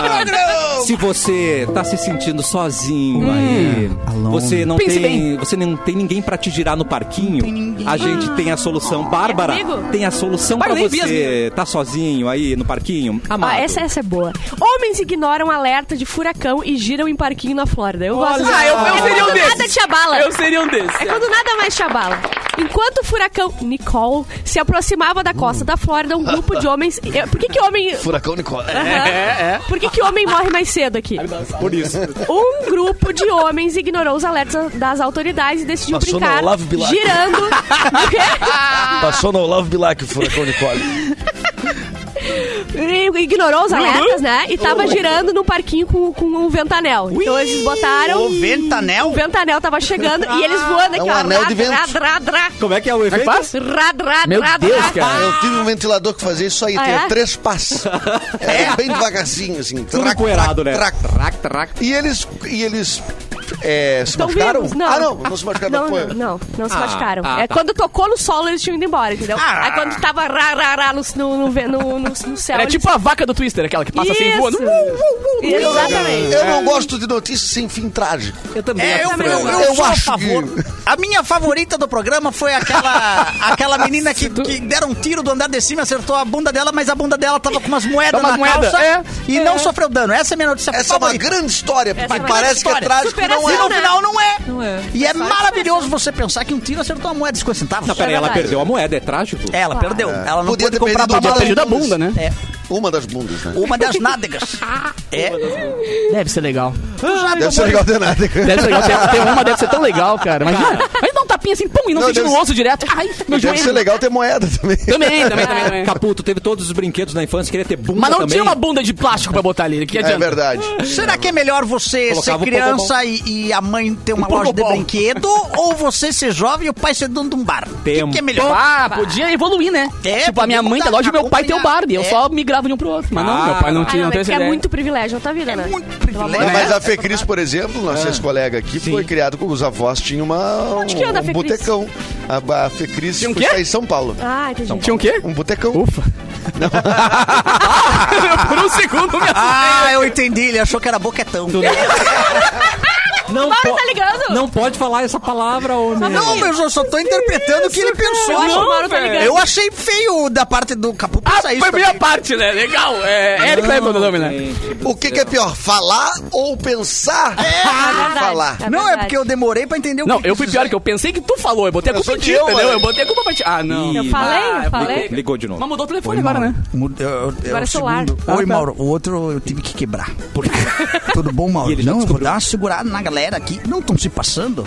A: Se você tá se sentindo sozinho aí, você não,
D: Pense
A: tem,
D: bem.
A: você não tem ninguém pra te girar no parquinho, a gente tem a solução. Bárbara,
B: comigo?
A: tem a solução pra
D: Bárbara, nem vi as
A: você. Tá sozinho aí no parquinho? Amado.
B: Ah, essa, essa é boa. Homens ignoram alerta de furacão e giram em parquinho na Flórida. Eu gosto
A: Olha! Ah, eu- eu
B: é
A: seria
B: quando
D: um desses.
B: nada te abala.
D: Eu seria um desses.
B: É quando nada mais te abala. Enquanto o furacão Nicole se aproximava da costa da Flórida, um grupo de homens. É, Por que, que homem.
E: Furacão Nicola.
B: Aham. Por que, que homem morre mais cedo aqui?
A: Por isso.
B: Um grupo de homens ignorou os alertas das autoridades e decidiu
H: Passou no
B: brincar
H: Olavo Bilac. (laughs)
B: girando. (laughs) O quê?
H: Passou Tá no Olavo Bilac o furacão Nicole.
B: E Ignorou os alertas, né? E tava girando num parquinho com, com um ventanel. Então eles botaram.
C: O ventanel?
B: O ventanel tava chegando e eles voando aqui,
E: É um
B: ó.
E: anel
B: Rá,
E: de vento.
B: rá, rá, rá.
A: (laughs) Como é que é o efeito?
D: faz?
B: Rá, rá,
D: Meu
B: rá,
D: Deus,
B: rá.
D: cara.
E: Eu tive um ventilador que fazia isso aí,
B: Ah,
E: tinha
B: é?
E: três
B: (laughs)
E: passos. Era bem devagarzinho, assim.
A: Tudo empoeirado, né?
E: trac, trac, trac. E eles. E eles é, se
B: Estão
E: machucaram?
B: vivos? Então Não.
E: Ah, não, não se machucaram.
B: Não,
E: Não, foi.
B: não, não, não se
A: Ah,
B: machucaram.
A: ah,
B: é
A: tá.
B: quando tocou no solo, eles tinham ido embora, entendeu? Aí quando tava rá, rá, rá no, no, no, no, no- no céu.
D: Era
B: eles-
D: tipo a vaca do Twister, aquela que passa assim
B: É Isso.
D: voando.
B: Exatamente.
E: Eu Ah, não gosto de notícias sem fim trágico.
A: Eu também
C: É, eu,
A: acho.
C: eu, eu,
E: Eu
C: sou
E: acho
C: a favor. A minha favorita do programa foi (laughs) aquela aquela menina que, que deram um tiro do andar de cima, acertou a bunda dela, mas a bunda dela tava com umas moedas
D: Umas
C: na
D: moedas,
C: calça
D: é.
C: e não sofreu dano. Essa é a minha notícia
E: Essa é uma
C: favorita.
E: grande história,
B: é
E: porque
B: uma grande
E: parece que é
B: história.
E: trágico e não
B: Superação,
E: é.
C: E no
B: né?
C: final não é.
B: é.
C: E é maravilhoso você pensar que um tiro acertou uma moeda de 50 centavos.
A: Não, peraí, ela
B: verdade.
A: perdeu a moeda, é trágico?
C: Ela perdeu. Ela não
E: Podia
C: pôde
E: ter
C: comprar
E: perdido
C: bala.
E: uma
D: Ajuda a
E: Bundas.
D: bunda, né?
C: É,
E: Uma das bundas, né?
C: uma das (laughs) nádegas. É.
D: Deve ser legal.
E: Deve
B: é?
E: ser legal de nada.
D: Deve ser legal. Ter, ter uma deve ser tão legal, cara. Imagina. Mas dá um tapinha assim, pum, e não,
E: Não,
D: sente
E: deve
D: no
E: ser-
D: osso direto. Ai, meu
E: Deve
D: joelho.
E: ser legal ter moeda também.
D: Também, também, também, também.
A: Caputo, teve todos os brinquedos na infância, queria ter bunda
D: né? Mas não
A: É, também.
D: tinha uma bunda de plástico pra botar ali. Que
E: É
D: adianta?
E: verdade.
C: Será que é melhor você
A: Colocava
C: ser
A: o
C: criança e, e a mãe ter uma
D: Um
C: loja de
D: pogobol.
C: brinquedo (laughs) ou você ser jovem e o pai ser dono de um bar? O que,
A: Tempo.
C: que é melhor?
D: Ah, podia evoluir, né?
C: É,
D: tipo, a minha
C: podia
D: mãe tem
C: mudar,
D: loja e meu pai tem o
C: acompanhar.
D: Barbie. Eu
C: É.
D: só migrava de um pro outro. Mas não,
A: Ah.
D: meu pai não
B: Ah,
D: tinha,
B: não,
D: não
B: é
D: tem
B: que
D: essa
B: é
D: ideia.
B: muito privilégio na tua vida, né?
C: Ah, muito
B: privilégio.
D: É.
E: Não, mas a Fecris, por exemplo, nossa ex-colega aqui, foi criado com os avós, tinha uma, um,
B: Onde que é anda a
E: um
B: Fecris?
E: botecão. A, a Fecris
D: Tinha um
E: foi
D: quê?
E: sair em São Paulo.
B: Ah, entendi.
D: Tinha
E: (laughs)
D: o quê?
E: Um botecão.
D: Ufa. Por um segundo, minha...
C: Ah, eu entendi. Ele achou que era boquetão.
A: Tu Não,
B: Mauro,
A: po-
B: tá ligando?
A: não pode falar essa palavra, homem.
C: Não, mas é eu só tô interpretando o que ele
B: Eu
C: pensou.
B: acho que o Mauro tá
D: velho.
B: ligando.
C: Eu achei feio da parte do Capu
D: Ah,
C: pensar
D: foi
C: isso.
D: minha
C: também.
D: parte, né? Legal.
G: Ah,
D: É, Eric Clapton o nome, né?
E: O que, que é pior, falar ou pensar? É,
B: verdade.
E: falar.
B: É
C: Não, é
B: verdade.
C: porque eu demorei pra entender o
D: Não,
C: que
D: eu fui pior que eu pensei que tu falou. Eu botei a
E: Eu é.
D: culpa
E: sou
D: em ti,
E: idioma,
D: entendeu? Eu
E: velho.
D: botei a culpa pra ti. Ah, não.
B: Eu falei, eu falei.
A: Ligou de novo.
D: Mas mudou o telefone agora, né?
C: Muda- eu- eu-
B: Agora é
C: o
B: celular.
C: segundo.
D: Ah,
C: Oi,
D: tá.
C: Mauro. O outro eu tive que quebrar. Porque... Tudo bom, Mauro?
A: E ele já
C: não, eu vou
A: descobriu.
C: dar uma segurada na galera aqui. Não estão se passando?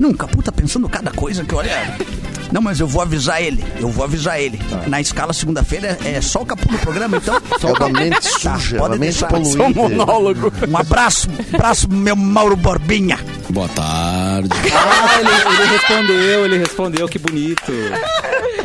C: Não, Capu tá pensando cada coisa que olha... Não, mas eu vou avisar ele. Eu vou avisar ele.
E: Tá.
C: Na escala segunda-feira é só o Capu no programa,
E: (laughs)
C: então... Tá,
E: É uma mente suja,
C: pode
E: uma mente
C: deixar.
D: Sou um
E: poluída.
D: monólogo.
C: Um abraço, abraço, meu Mauro Borbinha.
H: Boa tarde.
A: (laughs) Ah, ele, ele respondeu, ele respondeu, que bonito.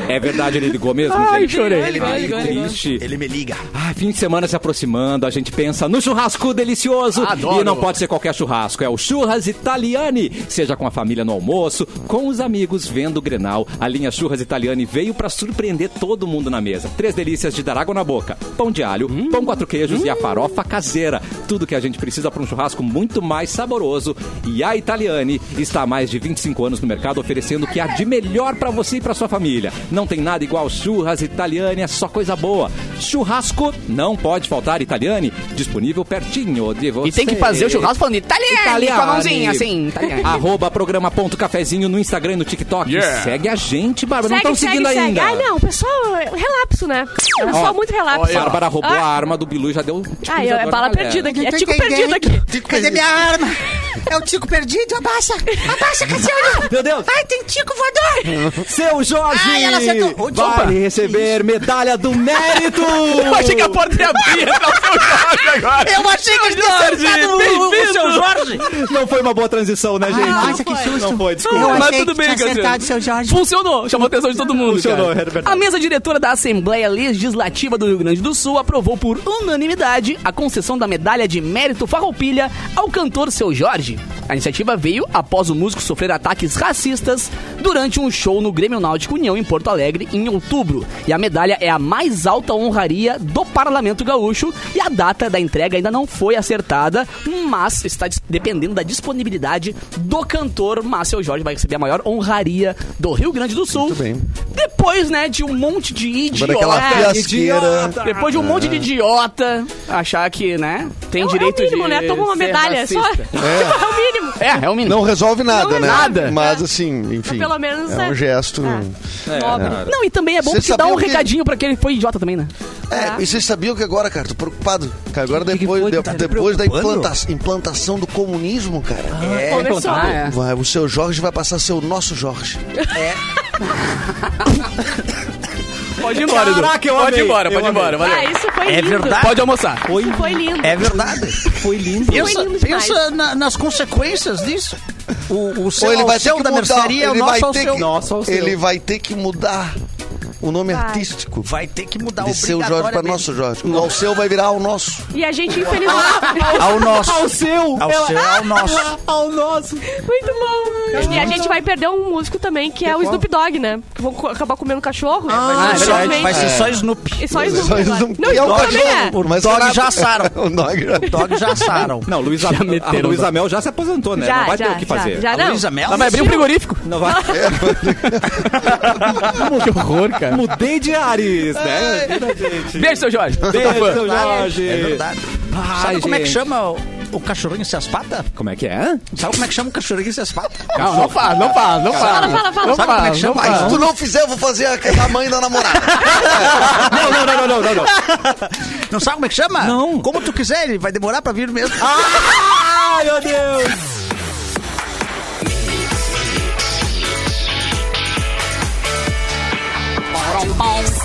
A: É verdade, ele ligou mesmo,
D: Ai,
A: gente?
D: chorei.
A: Ele
D: Ligou,
A: ligou,
D: ligou,
A: triste.
C: Ele me liga.
A: Ai, fim de semana se aproximando, a gente pensa no churrasco delicioso.
D: Adoro.
A: E não pode ser qualquer churrasco, é o Churras Italiani. Seja com a família no almoço, com os amigos vendo o Grenal, a linha Churras Italiani veio pra surpreender todo mundo na mesa. Três delícias de dar água na boca, pão de alho, pão quatro queijos e a farofa caseira. Tudo que a gente precisa pra um churrasco muito mais saboroso. E a Italiani está há mais de 25 anos no mercado oferecendo o que há de melhor pra você e pra sua família. Não tem nada igual Churras Italiani, é só coisa boa. Churrasco não pode faltar Italiani, disponível pertinho de você.
D: E tem que fazer o churrasco falando italiano, com a mãozinha, assim.
G: (laughs)
D: italiano.
A: Arroba programa.cafezinho no Instagram e no TikTok. Segue a gente, Bárbara. Não
B: Segue,
A: estão
B: segue,
A: seguindo
B: segue.
A: ainda.
B: Ah, não, pessoal, é relapso, né? Pessoal, muito relapso.
A: Bárbara roubou
B: Ah.
A: a arma do Bilu e já deu. tiros
B: Ah, eu- é
A: agora
B: bala
A: na galera.
B: perdida aqui. É tico perdido aqui.
E: Tico
G: Cadê
E: perdido.
G: minha arma? É o tico perdido? Abaixa! Abaixa, Cassiano!
A: Meu Deus!
G: Ai, tem tico voador!
A: Seu Jorge
G: Ai, ela acertou. Onde-
A: vai
G: Opa.
A: receber medalha do mérito!
D: Eu achei que a porta ia abrir (laughs) pra você jogar agora.
G: Eu achei que ele tinha acertado o, o seu Jorge!
A: Não foi uma boa transição,
B: Ah,
A: né, gente?
G: nossa, que susto.
A: Não foi, desculpa.
G: Eu
D: Mas
G: achei
D: tudo
G: que
D: bem,
G: tinha
D: Cassiano.
G: acertado o seu Jorge.
D: Funcionou, chamou a atenção de todo mundo.
A: Funcionou,
D: cara.
A: é verdade.
D: A mesa diretora da Assembleia Legislativa do Rio Grande do Sul aprovou por unanimidade a concessão da medalha de mérito farroupilha ao cantor Seu Jorge. A iniciativa veio após o músico sofrer ataques racistas durante um show no Grêmio Náutico União em Porto Alegre em outubro. E a medalha é a mais alta honraria do Parlamento Gaúcho e a data da entrega ainda não foi acertada, mas está dis- dependendo da disponibilidade do cantor. Mas Seu Jorge vai receber a maior honraria do Rio Grande do Sul.
E: Muito bem.
D: Depois, né, de um monte de
E: Manda aquela
D: idiota.
E: fiasqueira.
D: Depois de um monte de idiota achar que, né, tem
B: É o- é
D: direito
B: o mínimo,
D: de.
B: né? Toma uma
D: ser
B: medalha, só.
D: racista.
B: (laughs) É o mínimo.
D: É, é o mínimo.
E: Não resolve nada,
B: Não
E: né?
D: nada.
E: Mas assim, enfim.
B: Pelo menos
E: é
B: é.
E: um gesto.
B: Nobre.
D: Não, e também é bom
E: Você
D: te dar
E: sabia
D: um
E: o que-
D: recadinho pra quem foi idiota também, né?
B: Tá.
E: É, e vocês sabiam que agora, cara, tô preocupado. Cara, agora depois, de-
D: tá
E: depois da implanta- implantação do comunismo, cara, é,
B: Começou.
D: Ah, é.
E: vai- o seu Jorge vai passar a ser o nosso Jorge.
D: Pode ir embora, Edu.
A: Caraca, eu
D: Pode
A: amei,
D: ir embora,
A: eu
D: pode
A: amei.
D: ir embora,
B: Ah,
D: valeu.
B: isso foi lindo.
D: Pode almoçar.
B: Isso foi lindo.
C: É verdade.
A: Foi lindo.
B: Foi
C: Pensa,
B: lindo demais.
C: pensa na- nas consequências disso. O, o seu
E: Ou ele vai ter
C: Alceu
E: que
C: da
E: mudar,
C: mercearia é o
E: ele vai
C: nosso é
E: ter
C: Alceu.
E: que-
A: Nossa, Alceu.
E: Ele vai ter que mudar o nome
B: Vai.
E: artístico.
C: Vai Tá ter que mudar
E: De
C: o
E: seu Jorge pra nosso Jorge. O Alceu vai virar o nosso.
B: E a gente, infelizmente.
C: Ao nosso.
A: Ao é seu! Ah,
C: Ao seu, ao nosso.
A: Ao nosso!
B: Muito bom. E a gente vai perder um músico também, que é o Snoop Dogg, né? Que vão co- acabar comendo cachorro.
C: Ah, é verdade.
B: infelizmente.
C: Vai ser só Snoop.
B: E só Snoop.
E: Só
B: agora.
E: isso
B: Não,
E: é um
B: Snoop também é.
E: cachorro, mas
C: Dog
E: será-
C: já assaram.
E: (laughs) o dog já-
C: Dog já assaram.
A: Não, Luísa, a
D: meteram,
A: Luísa Mel já se aposentou, né?
B: Já,
A: não vai
B: já,
A: ter o que fazer.
B: Já, já
C: A
B: não.
C: Luísa Mel?
D: Ela vai abrir um frigorífico.
A: Não vai.
D: Que horror, cara.
A: Mudei de Ares, né?
D: Beijo, seu Jorge.
A: Beijo,
D: Tô fã.
A: seu Jorge.
C: É verdade.
A: Ai,
C: Sabe como é que
A: gente.
C: chama o, o cachorrinho sem as patas?
A: Como é que é?
C: Sabe como é que chama o cachorrinho sem as patas?
D: Não, não fala, não fala, não fala.
B: Fala, fala, fala.
D: Não
B: Sabe
D: fala,
C: como é que chama?
D: não
E: Mas se
D: fala.
E: tu não fizer, eu vou fazer a, a mãe da namorada.
A: Não, não, não, não, não, não.
C: Não sabe como é que chama?
A: Não.
C: Como tu quiser, ele vai demorar pra vir mesmo.
A: (laughs)
C: Ah,
A: Ai, meu Deus!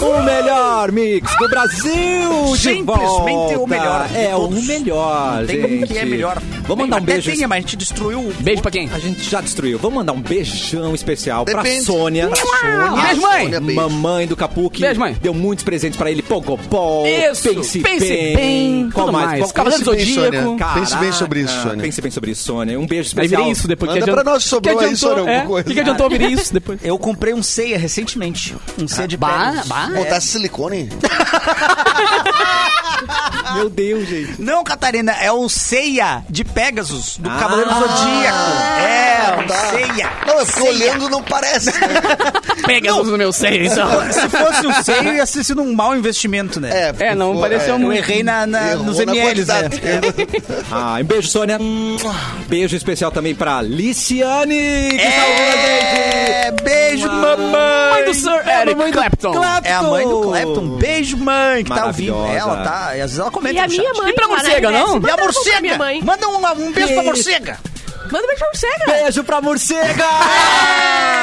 A: O melhor mix do Brasil! de
C: Simplesmente
A: volta.
C: o melhor de
A: É o
C: todos.
A: melhor,
C: Não tem
A: gente.
C: como que é melhor.
A: Vamos mandar um
C: Até
A: beijo.
C: Tem, mas a gente destruiu o
D: Beijo pra quem?
A: A gente já destruiu. Vamos mandar um beijão especial pra
E: Depende.
A: Sônia.
E: Sônia,
D: Beijo, mãe.
E: Sônia, beijo.
A: Mamãe do Capu que
D: Beijo, mãe.
A: deu muitos presentes pra ele. Pogopó,
D: Isso,
A: Pense,
D: Pense
A: bem.
D: Bem,
A: Qual
D: tudo
A: mais?
D: mais.
A: Qual-
D: Cavaleiro
A: Pense
D: do
A: bem,
D: Zodíaco.
A: Sônia.
E: Pense
A: Caraca,
E: bem sobre isso, Sônia.
A: Pense bem sobre isso, Sônia. Um beijo
D: Aí
A: especial.
D: virei isso depois.
E: Manda
D: que adianta-
E: pra nós, sobrou
D: que
E: aí,
D: adiantou-
E: Sônia, alguma
D: é,
E: coisa.
D: Que, que adiantou vir isso depois?
C: Eu comprei um ceia recentemente. Um ceia de
D: Bah,
C: peles.
D: bah.
E: Botar silicone?
A: Meu Deus, gente.
C: Não, Catarina, é o ceia de Pegasus, do
A: Ah.
C: Cavaleiro
B: Ah.
C: Zodíaco. É, o
E: Tá.
C: ceia.
E: Não, eu fico olhando não parece.
D: Pega os no meu seio, (laughs) então.
C: Se fosse o ceia, ia ter sido um mau investimento, né?
E: porque
D: É, não
E: foi-
D: pareceu
C: Eu
D: muito.
C: errei na, na-
E: errou
C: nos
E: na
C: MLs, né?
E: quantidade.
A: Ah, um beijo, Sônia. Beijo especial também pra Liciane, que
E: É.
A: salvou
E: Ah,
A: a gente.
C: É, beijo, mamãe.
D: Mãe do Sir
A: É a
D: Eric
A: mamãe do
D: Clapton.
A: Clapton.
C: É a mãe do Clapton. Beijo, mãe, que tá ouvindo.
A: Maravilhosa.
C: Ela tá, às vezes ela comenta
B: E a
C: no
B: minha
C: chat.
B: mãe.
D: E pra
B: lá na
D: morcega,
B: RBS,
D: não?
B: Manda
C: E a
B: um pra minha
C: morcega.
B: mãe.
C: Manda um, um beijo pra
A: Beijo.
C: morcega.
B: Manda um beijo pra morcega.
A: Beijo pra morcega!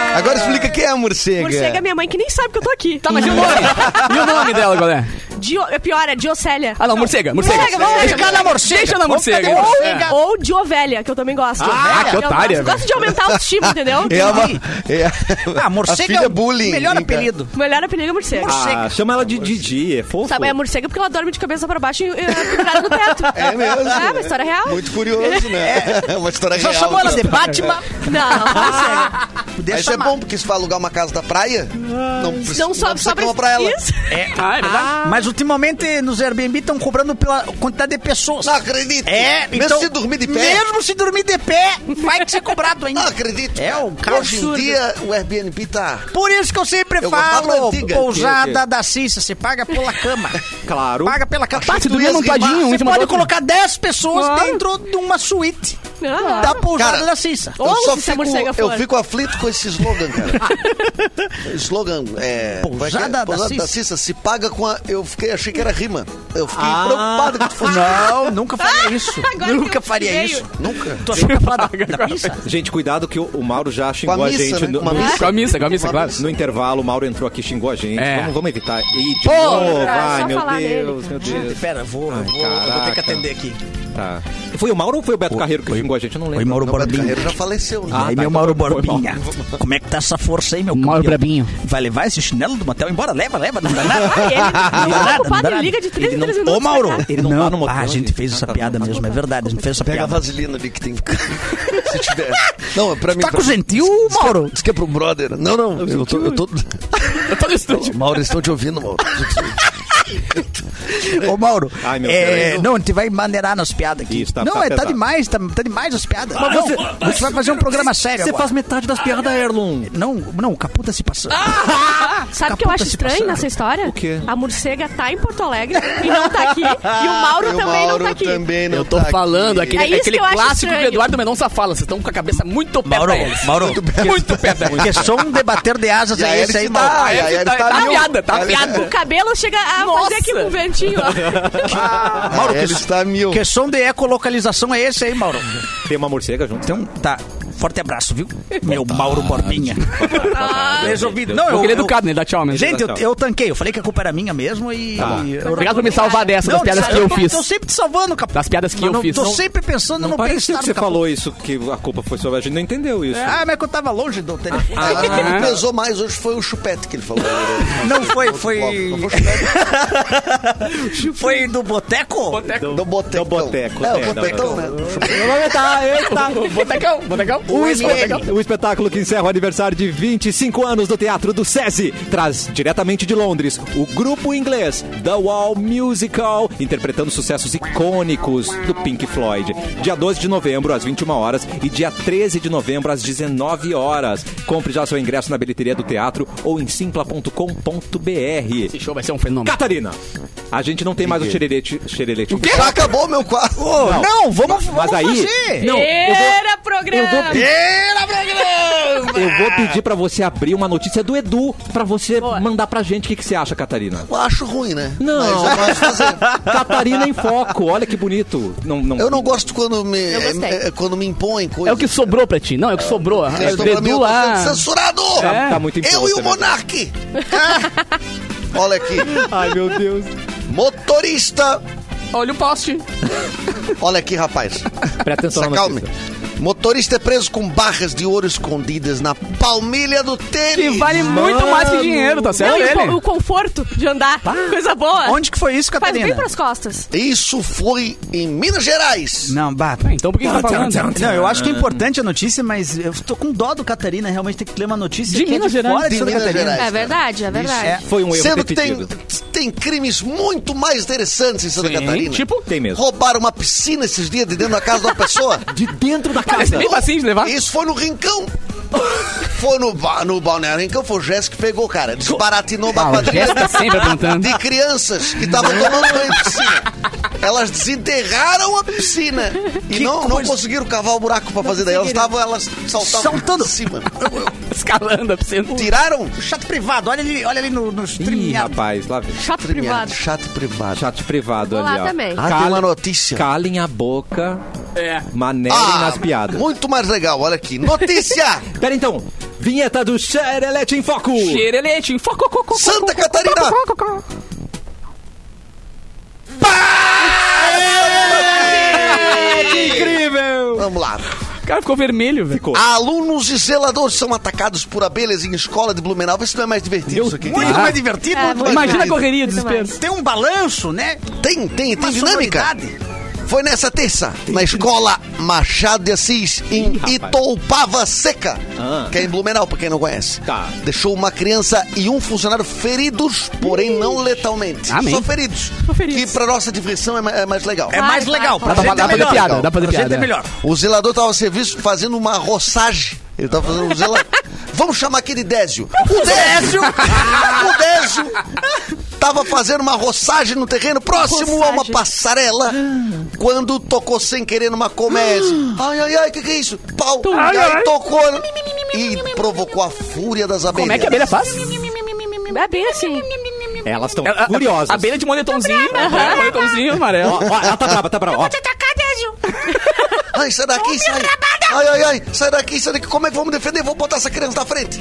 E: (laughs) Agora explica quem é a morcega.
B: Morcega é minha mãe que nem sabe que eu tô aqui. Tá,
D: Mas e o nome? E o nome dela, galera?
B: Dio, é pior, é Diocélia.
D: Ah, não, morcega, morcega.
B: Morcega, vamos
D: Deixa-
B: pegar na morcega.
D: Deixa na morcega.
B: Ou, ou de ovelha, que eu também gosto.
D: Ah, que
B: Eu
D: otária,
B: gosto, gosto de aumentar o time, entendeu?
E: É uma, é, (laughs)
C: Ah, morcega
E: a filha
C: é o
E: bullying.
C: melhor apelido.
B: Melhor apelido é morcega.
A: Ah, chama ela de Didi, é fofo.
B: Sabe, é morcega porque ela dorme de cabeça pra baixo e é pendurada no teto.
E: É mesmo.
D: Ah,
B: É uma história real.
E: Muito curioso, né? É (laughs) uma história
C: Já
E: real.
C: chamou ela de Batman?
B: Não,
C: Podia
E: Isso é
C: chamar.
E: bom, porque se for alugar uma casa da praia, não precisa,
B: não só, só
E: precisa comprar pra ela.
B: Isso.
D: Ah, é verdade?
C: Mas ultimamente nos Airbnb estão cobrando pela quantidade de pessoas.
E: Não acredito.
C: É,
E: Ah, Mesmo
C: então-
E: se dormir de pé. Ah,
C: Mesmo se dormir de pé, vai ser cobrado ainda.
E: Não acredito.
C: É um caos
E: Hoje em
C: absurdo.
E: dia, o Airbnb tá...
C: Por isso que eu sempre
E: Eu gostava da
C: falo,
E: antiga.
C: pousada
A: Ok, ok.
C: da Cissa, você paga pela cama.
A: Claro.
C: Paga pela cama.
D: Tá, se dormir num tadinho, um em
C: Você
D: cima
C: pode
D: do outro.
C: colocar 10 pessoas
B: Claro.
C: dentro de uma suíte
B: Ah,
C: da pousada
E: Cara,
C: da Cissa.
B: Ou
E: eu só
B: se a
E: fico,
B: morcega
E: eu
B: for.
E: fico aflito com esse slogan, cara.
D: (laughs)
E: slogan é. como é que é?
C: Pousada da
E: Pousada
C: Cissa.
E: da Cissa se paga com a. Eu fiquei, achei que era rima. Eu fiquei
A: Ah.
E: preocupado que tu fosse.
C: Não, nunca faria isso.
B: Agora que
C: nunca
B: eu
C: faria
B: veio.
C: isso.
E: Nunca.
C: Tu achou que ia falar da, da pizza?
A: Gente, cuidado que o, o Mauro já xingou a,
E: missa,
A: gente.
E: né?
A: No,
E: né? Com a
A: no-
E: missa.
D: Com a missa, com a missa, claro.
A: no intervalo, o Mauro entrou aqui e xingou a gente.
D: É.
A: Vamos, vamos evitar. E de
B: Pô,
A: novo,
B: cara,
A: ai,
B: só
A: meu
B: falar
A: Deus,
B: nele.
A: meu
C: Gente,
A: Deus.
C: pera, eu vou, eu vou, eu vou ter que
A: caraca.
C: atender aqui.
A: Tá. Foi o Mauro ou foi o Beto Carreiro que xingou a gente? Eu não lembro.
E: Não, Beto Carreiro já faleceu, né?
A: Ah,
C: aí,
A: tá,
C: meu
A: então
C: Mauro
A: foi mal.
C: Borbinha, como é que tá essa força aí, meu
D: Mauro
C: campeão?
D: Brabinho.
C: Vai levar esse chinelo do motel embora? Leva, leva, não dá nada.
B: Ah, ele
C: (laughs) Não
B: não
C: dá
B: tá
C: nada, não
B: ocupado,
C: dá
B: ele liga de 3 em 3
C: nada.
B: minutos.
C: Ô, Mauro!
A: Ele não tá no motel,
C: Ah, a gente
A: gente.
C: fez essa piada mesmo, é verdade, a gente fez essa
E: Pega a
C: piada.
E: vaselina ali que (laughs) tem. se tiver. Não, é pra mim.
C: Tá com
E: pra...
C: gentil, Mauro?
E: Isso que é pro brother. Não, não. Eu tô. Eu tô... (laughs)
D: Eu tô no estúdio.
E: Mauro, eles estão te ouvindo, Mauro.
C: Ô, Mauro,
A: Ai, meu
C: é,
A: Deus.
C: não, a gente vai maneirar nas piadas aqui.
A: Isso, tá-
C: não,
A: tá
C: é, tá
A: pesado.
C: demais, tá, tá demais as piadas. não, você vai fazer um programa sério
A: Você
C: agora. Ah,
A: faz metade das piadas da Erlon.
C: Não, não, o Caputa se passando.
B: Sabe o que eu acho
C: se
B: estranho
C: passando.
B: nessa história?
A: O quê?
B: A morcega tá em Porto Alegre e não tá aqui. (laughs) E
E: (laughs)
B: o Mauro
E: E Ah, o
B: também não
E: Mauro
B: tá aqui.
E: também não
D: Eu tô
E: tá aqui.
D: falando, aquele,
B: É isso que
D: aquele
B: eu acho
D: clássico que o
B: estranho.
D: Eduardo Mendonça fala. Vocês estão com a cabeça muito perto
C: Mauro,
D: deles.
C: Mauro,
D: Muito perto deles.
C: que som de bater de asas
E: E a
C: é esse
E: Eric
C: aí,
E: tá-
C: Mauro?
A: Ah,
E: e a Eric
D: Tá-
E: tá
D: tá
E: mil.
D: piada, tá piada.
B: O cabelo chega a
D: Nossa.
B: fazer aqui com o ventinho. ó.
E: Mauro, ele está mil.
C: Que som de ecolocalização é esse aí, Mauro?
A: Tem uma morcega junto.
C: Então, tá. Forte abraço, viu? Meu Mauro Borbinha.
A: né?
C: Resolvido. Não,
D: Tá Porque ele é educado, né? Ele dá tchau mesmo.
C: Gente, eu, eu tanquei. Eu falei que a culpa era minha mesmo e... e eu-
D: Tá Obrigado por me salvar dessa, das piadas
C: eu
D: que eu
C: tô-
D: fiz.
C: Tô sempre te salvando, capaz.
D: Das piadas que eu fiz.
C: Tô sempre pensando
A: Não
C: no
A: parecia
C: bem-estar
A: que você
C: do Capu.
A: falou isso, que a culpa foi sobre a gente. Não entendeu isso.
C: Ah, mas que eu tava longe do telefone.
E: Ah, o que
D: Ah.
E: me pesou mais hoje foi o chupete que ele falou.
C: (laughs)
E: né?
C: Não foi,
E: Não
C: foi...
E: foi o chupete.
C: Foi do boteco?
E: Do boteco.
A: Do boteco,
E: É,
A: é,
E: o botecão, né?
A: (laughs)
D: Botecão, botecão.
A: O, Um espetáculo, o espetáculo que encerra o aniversário de 25 anos do Teatro do SESI traz diretamente de Londres o grupo inglês The Wall Musical, interpretando sucessos icônicos do Pink Floyd. Dia 12 de novembro, às 21 horas e dia 13 de novembro, às 19 horas. Compre já seu ingresso na bilheteria do teatro ou em simpla.com.br.
D: Esse show vai ser um fenômeno.
A: Catarina, a gente não tem mais o xerelete. xerelete
E: Já acabou meu quadro.
C: Não, vamos,
A: Mas
C: vamos
A: aí.
C: fazer.
A: Não, eu vou-
B: Era programa!
A: Eu vou pedir pra você abrir uma notícia do Edu pra você mandar pra gente o que, que você acha, Catarina.
E: Eu acho ruim, né?
A: Não.
E: Mas eu posso fazer. (laughs)
A: Catarina em foco, olha que bonito. Não, não,
E: Eu não gosto quando me,
B: gostei.
E: é, é, quando me impõem coisas.
D: É o que sobrou pra ti. Não, é o que sobrou.
A: Ah,
D: É,
E: Eles
D: o
E: estão pra mim,
D: Edu
E: eu tô
D: lá.
E: sendo censurado!
A: Tá- tá muito imposto,
E: Eu e o
A: né?
E: Monark! Ah. Olha aqui.
A: Ai, meu Deus.
E: Motorista.
D: Olha o poste.
E: Olha aqui, rapaz.
A: Presta atenção
E: Se
A: na
E: acalme.
A: notícia.
E: Motorista é preso com barras de ouro escondidas na palmilha do
D: Que
E: tênis.
D: vale muito mais que dinheiro, tá certo?
B: Não, e o,
D: ele?
B: co- o conforto de andar. Coisa boa.
C: Onde tá, que foi isso,
B: Faz bem
C: Catarina?
B: pras costas.
E: Isso foi em Minas Gerais.
C: Não, bata.
D: Então por que você tá falando?
C: Não, eu acho que é importante a notícia, mas eu tô com dó do Catarina, realmente tem que ler uma notícia
D: De
C: que
D: Minas
C: é de
D: Gerais.
C: fora de
E: De
C: Santa
E: Minas
C: Catarina.
E: Gerais.
B: É verdade, é verdade.
C: É.
A: Foi um erro
E: Sendo que tem,
A: repetido.
E: tem crimes muito mais interessantes em Santa Catarina.
A: Tipo, tem mesmo.
E: Roubaram uma piscina esses dias de dentro da casa de
A: (laughs)
E: uma pessoa.
A: De dentro da
D: Parece
A: casa.
D: bem facinho assim, de levar.
E: Isso foi no Rincão. Foi no, ba- no Balneário Rincão, foi o Jéssica que pegou, cara. Desbaratinou uma quadrilha
D: Tá sempre apontando.
E: de crianças que estavam tomando banho em piscina. Elas desenterraram a piscina e não, não conseguiram cavar o buraco pra fazer daí. Elas estavam, elas saltavam
C: Saltando.
E: em cima.
D: Escalando a piscina.
E: Tiraram?
C: Chato privado, olha ali, olha ali no, é no
A: Ih,
C: streaming.
A: rapaz, lá vem.
B: Chato privado.
E: Chato privado.
A: Chat privado
B: Vou lá
A: ali, ó.
B: também.
E: Ah, tem uma notícia. Ah,
A: Calem a boca,
D: É.
A: manerem nas piadas.
E: muito mais legal, olha aqui. Notícia!
A: Pera então, vinheta do
D: é
A: Xerelete em Foco.
D: Xerelete. Foco,
E: Santa Catarina! Vamos lá.
D: O cara ficou vermelho, velho. Ficou.
E: Alunos e zeladores são atacados por abelhas em escola de Blumenau. Vê se não é mais divertido isso aqui.
C: Muito mais divertido.
B: É,
C: muito
B: muito
C: mais
D: Imagina a
E: mais.
D: correria,
B: Muito
D: desespero.
C: Tem um balanço, né?
E: Tem, tem, tem
C: Uma
E: dinâmica.
C: sonoridade.
E: Foi nessa terça, na escola Machado de Assis, em Itoupava Seca, que é em Blumenau, pra quem não conhece.
A: Tá.
E: Deixou uma criança e um funcionário feridos, porém não letalmente.
D: Amém.
E: Só feridos.
B: Só feridos.
E: Que pra nossa diversão é, ma- é mais legal.
C: É mais
B: claro,
C: legal.
B: claro.
D: Dá pra- dá pra fazer piada,
E: legal.
D: dá pra fazer
C: Pra gente
D: piada.
C: é melhor.
E: O zelador tava ao serviço fazendo uma roçagem. Ele tava fazendo um
D: (laughs)
E: zelador. Vamos chamar aquele Désio. O Désio! o Désio! Tava fazendo uma roçagem no terreno próximo a uma
B: Roçagem.
E: passarela quando tocou sem querer numa
D: (gasps)
E: comédia. ai, ai, ai, o que, que é isso? Pau! E aí tocou e provocou a fúria das abelhas.
D: Como é que a abelha faz?
B: É bem assim.
A: Elas estão
D: Ela-
A: curiosas.
D: A abelha de moletomzinho, né? moletomzinho amarelo.
A: Ó, ó, ela tá brava, tá brava.
D: (laughs)
A: Ó,
E: Ai, sai daqui, sai! Ai, ai, ai, sai daqui, sai daqui. Como é que vamos defender? Vou botar essa criança na frente.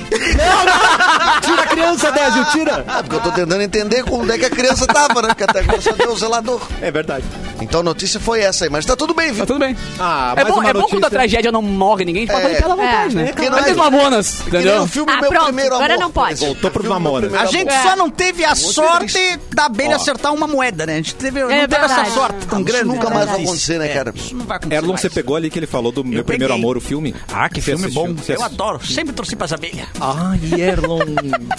A: tira a criança, Désio, tira.
E: Ah, porque eu tô tentando entender onde é que a criança tava, né? Porque até agora só deu o zelador.
A: É verdade.
E: Então a notícia foi essa aí, mas tá tudo bem, viu?
D: Tá tudo bem.
A: Ah,
D: é
A: mais
D: bom,
A: uma
D: é bom quando
A: notícia.
D: a tragédia não morre ninguém, a gente pode
E: É.
D: fazer pela vontade,
B: É.
D: né?
E: Porque não
D: Mas
E: é-
D: as mamonas,
E: Que nem
D: entendeu?
E: o filme
B: Ah,
E: Meu
B: pronto,
E: Primeiro Amor.
B: agora não pode.
A: Voltou pro Mamona.
E: Tá
C: A gente
B: bom.
C: só não teve a sorte da abelha
A: Ó.
C: acertar uma moeda, né? A gente teve, não
B: É
C: teve essa
B: verdade.
C: sorte tão
E: Isso
C: grande.
E: nunca
C: né?
E: mais vai acontecer, né,
C: É,
E: cara?
C: Isso não vai acontecer
A: Erlon,
C: mais.
A: você pegou ali que ele falou do meu primeiro
C: peguei.
A: amor, o filme?
C: Ah, que
A: Você
C: filme
A: assistiu?
C: bom.
A: Você
C: Eu
A: assistiu?
C: adoro. Sempre torci pras abelhas.
A: Ai, Erlon.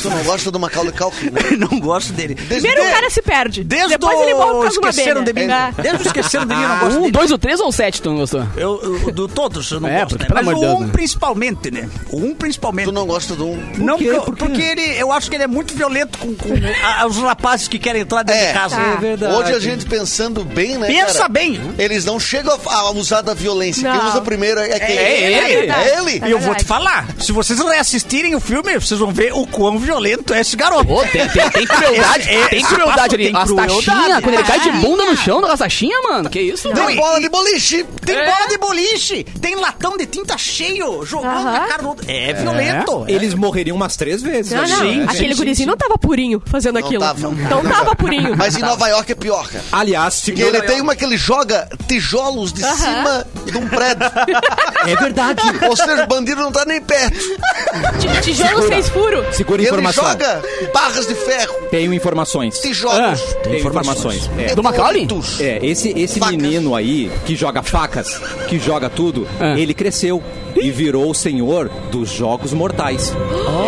E: Tu não gosta do Macaulay Culkin, né?
C: (laughs) não gosto dele.
B: Primeiro o cara se perde.
C: Desde
B: Depois ele morre por
C: o
B: causa de uma
C: Esqueceram de
B: abelha.
C: mim.
B: É.
C: Desde o Esqueceram de mim, eu não gosto
D: Um,
C: dele.
D: dois, ou três ou sete tu não gostou?
C: Eu, eu- do todos eu não
D: É,
C: gosto,
D: porque,
C: né?
D: pelo
C: Mas
D: amor de
C: o
D: Deus,
C: um
D: né?
C: principalmente, né? O um principalmente.
E: Tu não gosta do um.
C: Não,
A: quê?
C: porque,
A: Por quê?
C: porque ele, eu acho que ele é muito violento com, com a- os rapazes que querem entrar dentro
E: É.
C: de casa.
B: Tá. É
A: verdade.
E: Hoje a gente pensando bem, né,
C: Pensa
E: cara?
C: bem.
E: Eles não chegam a a usar da violência.
B: Não.
E: Quem usa primeiro é quem?
C: É ele.
E: É ele.
B: É
E: É ele.
C: E eu vou te falar, se vocês reassistirem o filme, vocês vão ver o quão violento é esse garoto.
D: Ô, tem, tem, tem crueldade,
C: Esse-
D: tem
C: esse
D: crueldade
C: passo
D: ali.
C: tem
D: As
C: crueldade.
D: taxinhas, quando ele cai de
B: Ah,
D: bunda no chão, as taxinhas, mano. Que isso,
E: Tem
D: velho?
E: bola de boliche.
C: Tem
B: É.
C: bola de boliche, tem latão de tinta cheio, jogando na
B: Aham.
C: cara do outro. É violento. É.
A: Eles morreriam umas três vezes.
B: Não,
A: ali,
B: não.
A: né?
B: Aquele gurizinho não tava purinho fazendo aquilo.
E: tava, não
B: não tava purinho.
E: Mas em Nova York é pior, cara.
A: Aliás,
E: Porque
A: segundo...
E: ele tem uma que ele joga tijolos de cima de um prédio.
A: É verdade.
E: Ou seja, o bandido não tá nem perto.
B: Ti- Tijolo sem furo.
A: Segura a
E: Ele
A: informação.
E: joga barras de ferro,
A: Tenho informações. Ah,
E: tijolos.
A: Tenho informações. É.
D: Do Macaulay?
E: detritos.
A: É, esse, esse
E: Facas.
A: menino aí, que joga facas, que joga tudo,
C: Ah.
D: É.
A: ele cresceu e virou o senhor dos jogos mortais.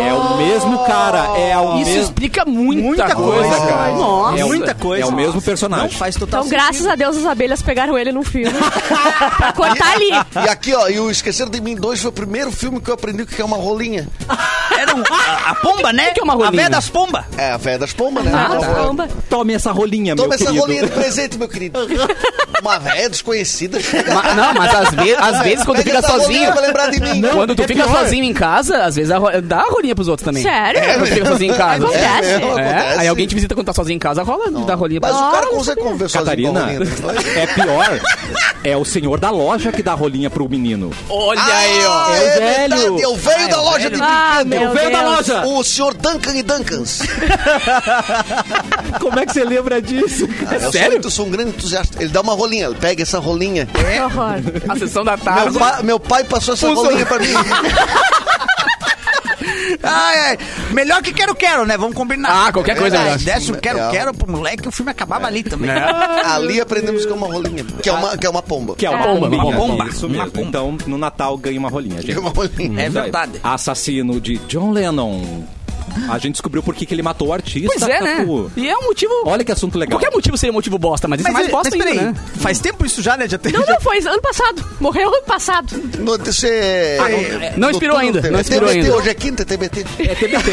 A: É o mesmo cara, é
E: Oh!
A: o
D: Isso
A: mesmo...
D: explica muita,
C: Muita coisa, cara.
D: Nossa.
A: é o-
C: muita coisa.
A: É o mesmo personagem.
C: Não faz total
B: Então, graças a Deus, as abelhas pegaram ele num fio. pra cortar ali.
E: E aqui, ó, e o Esqueceram de Mim 2 foi o primeiro filme que eu aprendi o que é uma rolinha.
C: Era um- a, a pomba, né?
D: que é uma rolinha?
C: A véia das pombas.
E: É, a véia das pombas, né?
B: Ah,
E: Uma rola.
B: bomba.
A: Tome essa rolinha,
E: Toma
A: meu
E: essa
A: querido.
E: rolinha de presente, meu querido. Uma véia desconhecida.
D: Ma- não, (laughs) mas às, ve- às vezes quando tu
E: Pega
D: fica
E: essa rolinha
D: sozinho.
E: Pra lembrar de mim.
D: Quando tu
A: é
D: fica
A: pior.
D: sozinho em casa, às vezes a ro- dá a rolinha pros outros também. É,
B: Sério?
D: Quando tu fica (laughs) sozinho em casa.
B: Acontece.
E: É mesmo,
D: É,
E: acontece.
D: aí alguém te visita quando tá sozinho em casa, rola, dá rolinha.
E: Mas
D: pra-
E: o cara consegue conversar sozinho com a
A: Catarina,
E: rolinha. né?
A: é pior. É o senhor da loja que dá rolinha pro menino.
D: Olha
E: Ah,
A: É o
E: é
A: velho.
E: verdade, eu venho da loja de
B: Ah,
E: brinquedos.
B: meu
A: Eu venho da
B: Deus.
A: loja.
E: O senhor Duncan e
D: (laughs)
E: Duncans.
A: Como é que você lembra disso?
E: Eu sou,
D: Sério?
E: muito- sou um grande entusiasta. Ele dá uma rolinha, ele pega essa rolinha.
B: Que horror.
D: A sessão da
E: Meu,
D: tarde.
E: pa- meu pai passou essa rolinha pra
D: (laughs)
E: mim.
C: Ai, ai. Melhor que quero, quero, né? Vamos combinar.
D: Ah, qualquer coisa
C: Ah,
D: melhor.
C: Se desse o quero,
E: Real.
C: quero pro moleque, o filme acabava ali também.
E: Ali aprendemos que é uma rolinha, que é uma, que é uma pomba.
A: Que é uma
D: Pomba,
A: pombinha.
D: uma
C: pomba,
A: Isso
C: uma
A: mesmo.
C: pomba.
A: Então, no Natal ganha uma rolinha, gente.
E: É uma rolinha.
C: É verdade.
A: Assassino de John Lennon. A gente descobriu por que que ele matou o artista.
D: Pois é, né?
A: Capu.
D: E é um motivo.
A: Olha que assunto legal.
D: Qualquer motivo seria motivo bosta, mas esse é mais bosta ainda, né?
C: Faz tempo isso já, né? Já tem.
B: Não, não, foi ano passado. Morreu ano passado.
E: Notícia. é-
D: Não inspirou
E: Noturno
D: ainda,
E: TV.
D: não inspirou
E: TBT,
D: ainda.
E: hoje é quinta, TBT.
A: É TBT.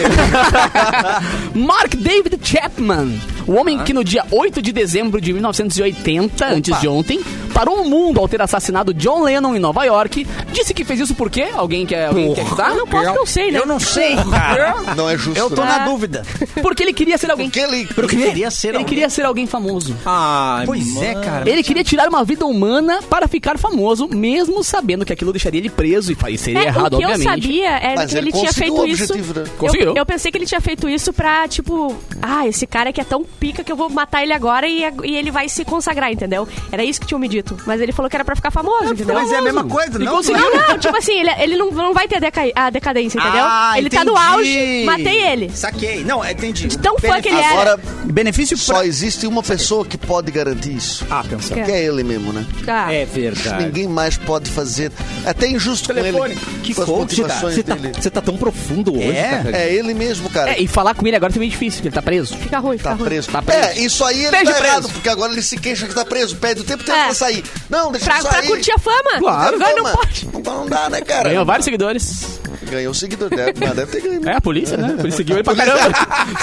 D: (laughs) Mark David
A: Ah.
D: Chapman, o homem que no dia 8 de dezembro de 1980, antes de ontem, parou o mundo ao ter assassinado John Lennon em Nova York. Disse que fez isso por quê? Alguém quer, alguém quer
B: Eu
D: citar?
B: não posso, não sei, né?
C: Eu não sei, cara.
E: Não é justo.
C: Eu tô
E: né?
C: na dúvida.
D: Porque ele queria ser alguém.
E: Porque ele...
C: Ele
A: um
C: queria ser
D: Ele
C: alguém.
D: queria ser alguém famoso.
A: Ai,
C: Pois é, cara.
D: Ele queria tirar uma vida humana para ficar famoso, mesmo sabendo que aquilo deixaria ele preso e fa- e seria
B: É,
D: errado,
B: o que
D: obviamente.
B: eu sabia era
E: Mas
B: que
E: ele
B: ele, tinha
E: conseguiu
B: feito
E: o
B: isso.
E: objetivo, né?
B: Eu-
D: Conseguiu.
B: Eu, pensei que ele tinha feito isso pra, tipo, ah, esse cara que é tão pica que eu vou matar ele agora e, ag- e ele vai se consagrar, entendeu? Era isso que tinham me dito. Mas ele falou que era pra ficar famoso, entendeu?
C: Mas é a mesma coisa,
D: E
C: não?
D: conseguiu.
B: Não, não, tipo assim, ele, ele não, não vai ter deca- a decadência, entendeu?
C: Ah,
B: ele tá no
C: entendi.
B: auge, matei ele.
C: Saquei. Não, é, entendi.
B: De tão fã
C: Benef-
B: que ele era.
E: Agora,
C: Benefício
E: só
C: pra...
E: existe uma pessoa que pode garantir isso.
A: Ah, pensa.
E: Que é ele mesmo, né?
B: Ah,
A: É verdade.
E: Ninguém mais pode fazer. É Até injusto com ele.
C: Que
E: com as
C: coach, cara.
E: motivações
A: Você tá,
E: dele.
A: você tá tão profundo hoje,
C: É?
A: tá, cara?
E: É ele mesmo, cara.
D: É, e falar com ele agora também é difícil, porque ele tá preso.
B: fica ruim, fica
E: Tá
B: ruim.
E: preso.
D: Tá preso.
E: É, isso aí ele
D: Beijo
E: tá
D: preso.
E: errado, porque agora ele se queixa que tá preso, pede o tempo todo
B: É.
E: pra sair. Não, deixa
B: Pra,
E: eu
B: pra
E: sair.
B: curtir a fama?
D: Claro.
B: Agora
E: Toma.
B: não pode.
E: Não, não dá, né, cara?
A: É.
D: Ganhou vários seguidores.
E: Ganhou seguidor, deve, mas deve ter ganho.
D: É, a polícia, né? A polícia seguiu ele pra caramba.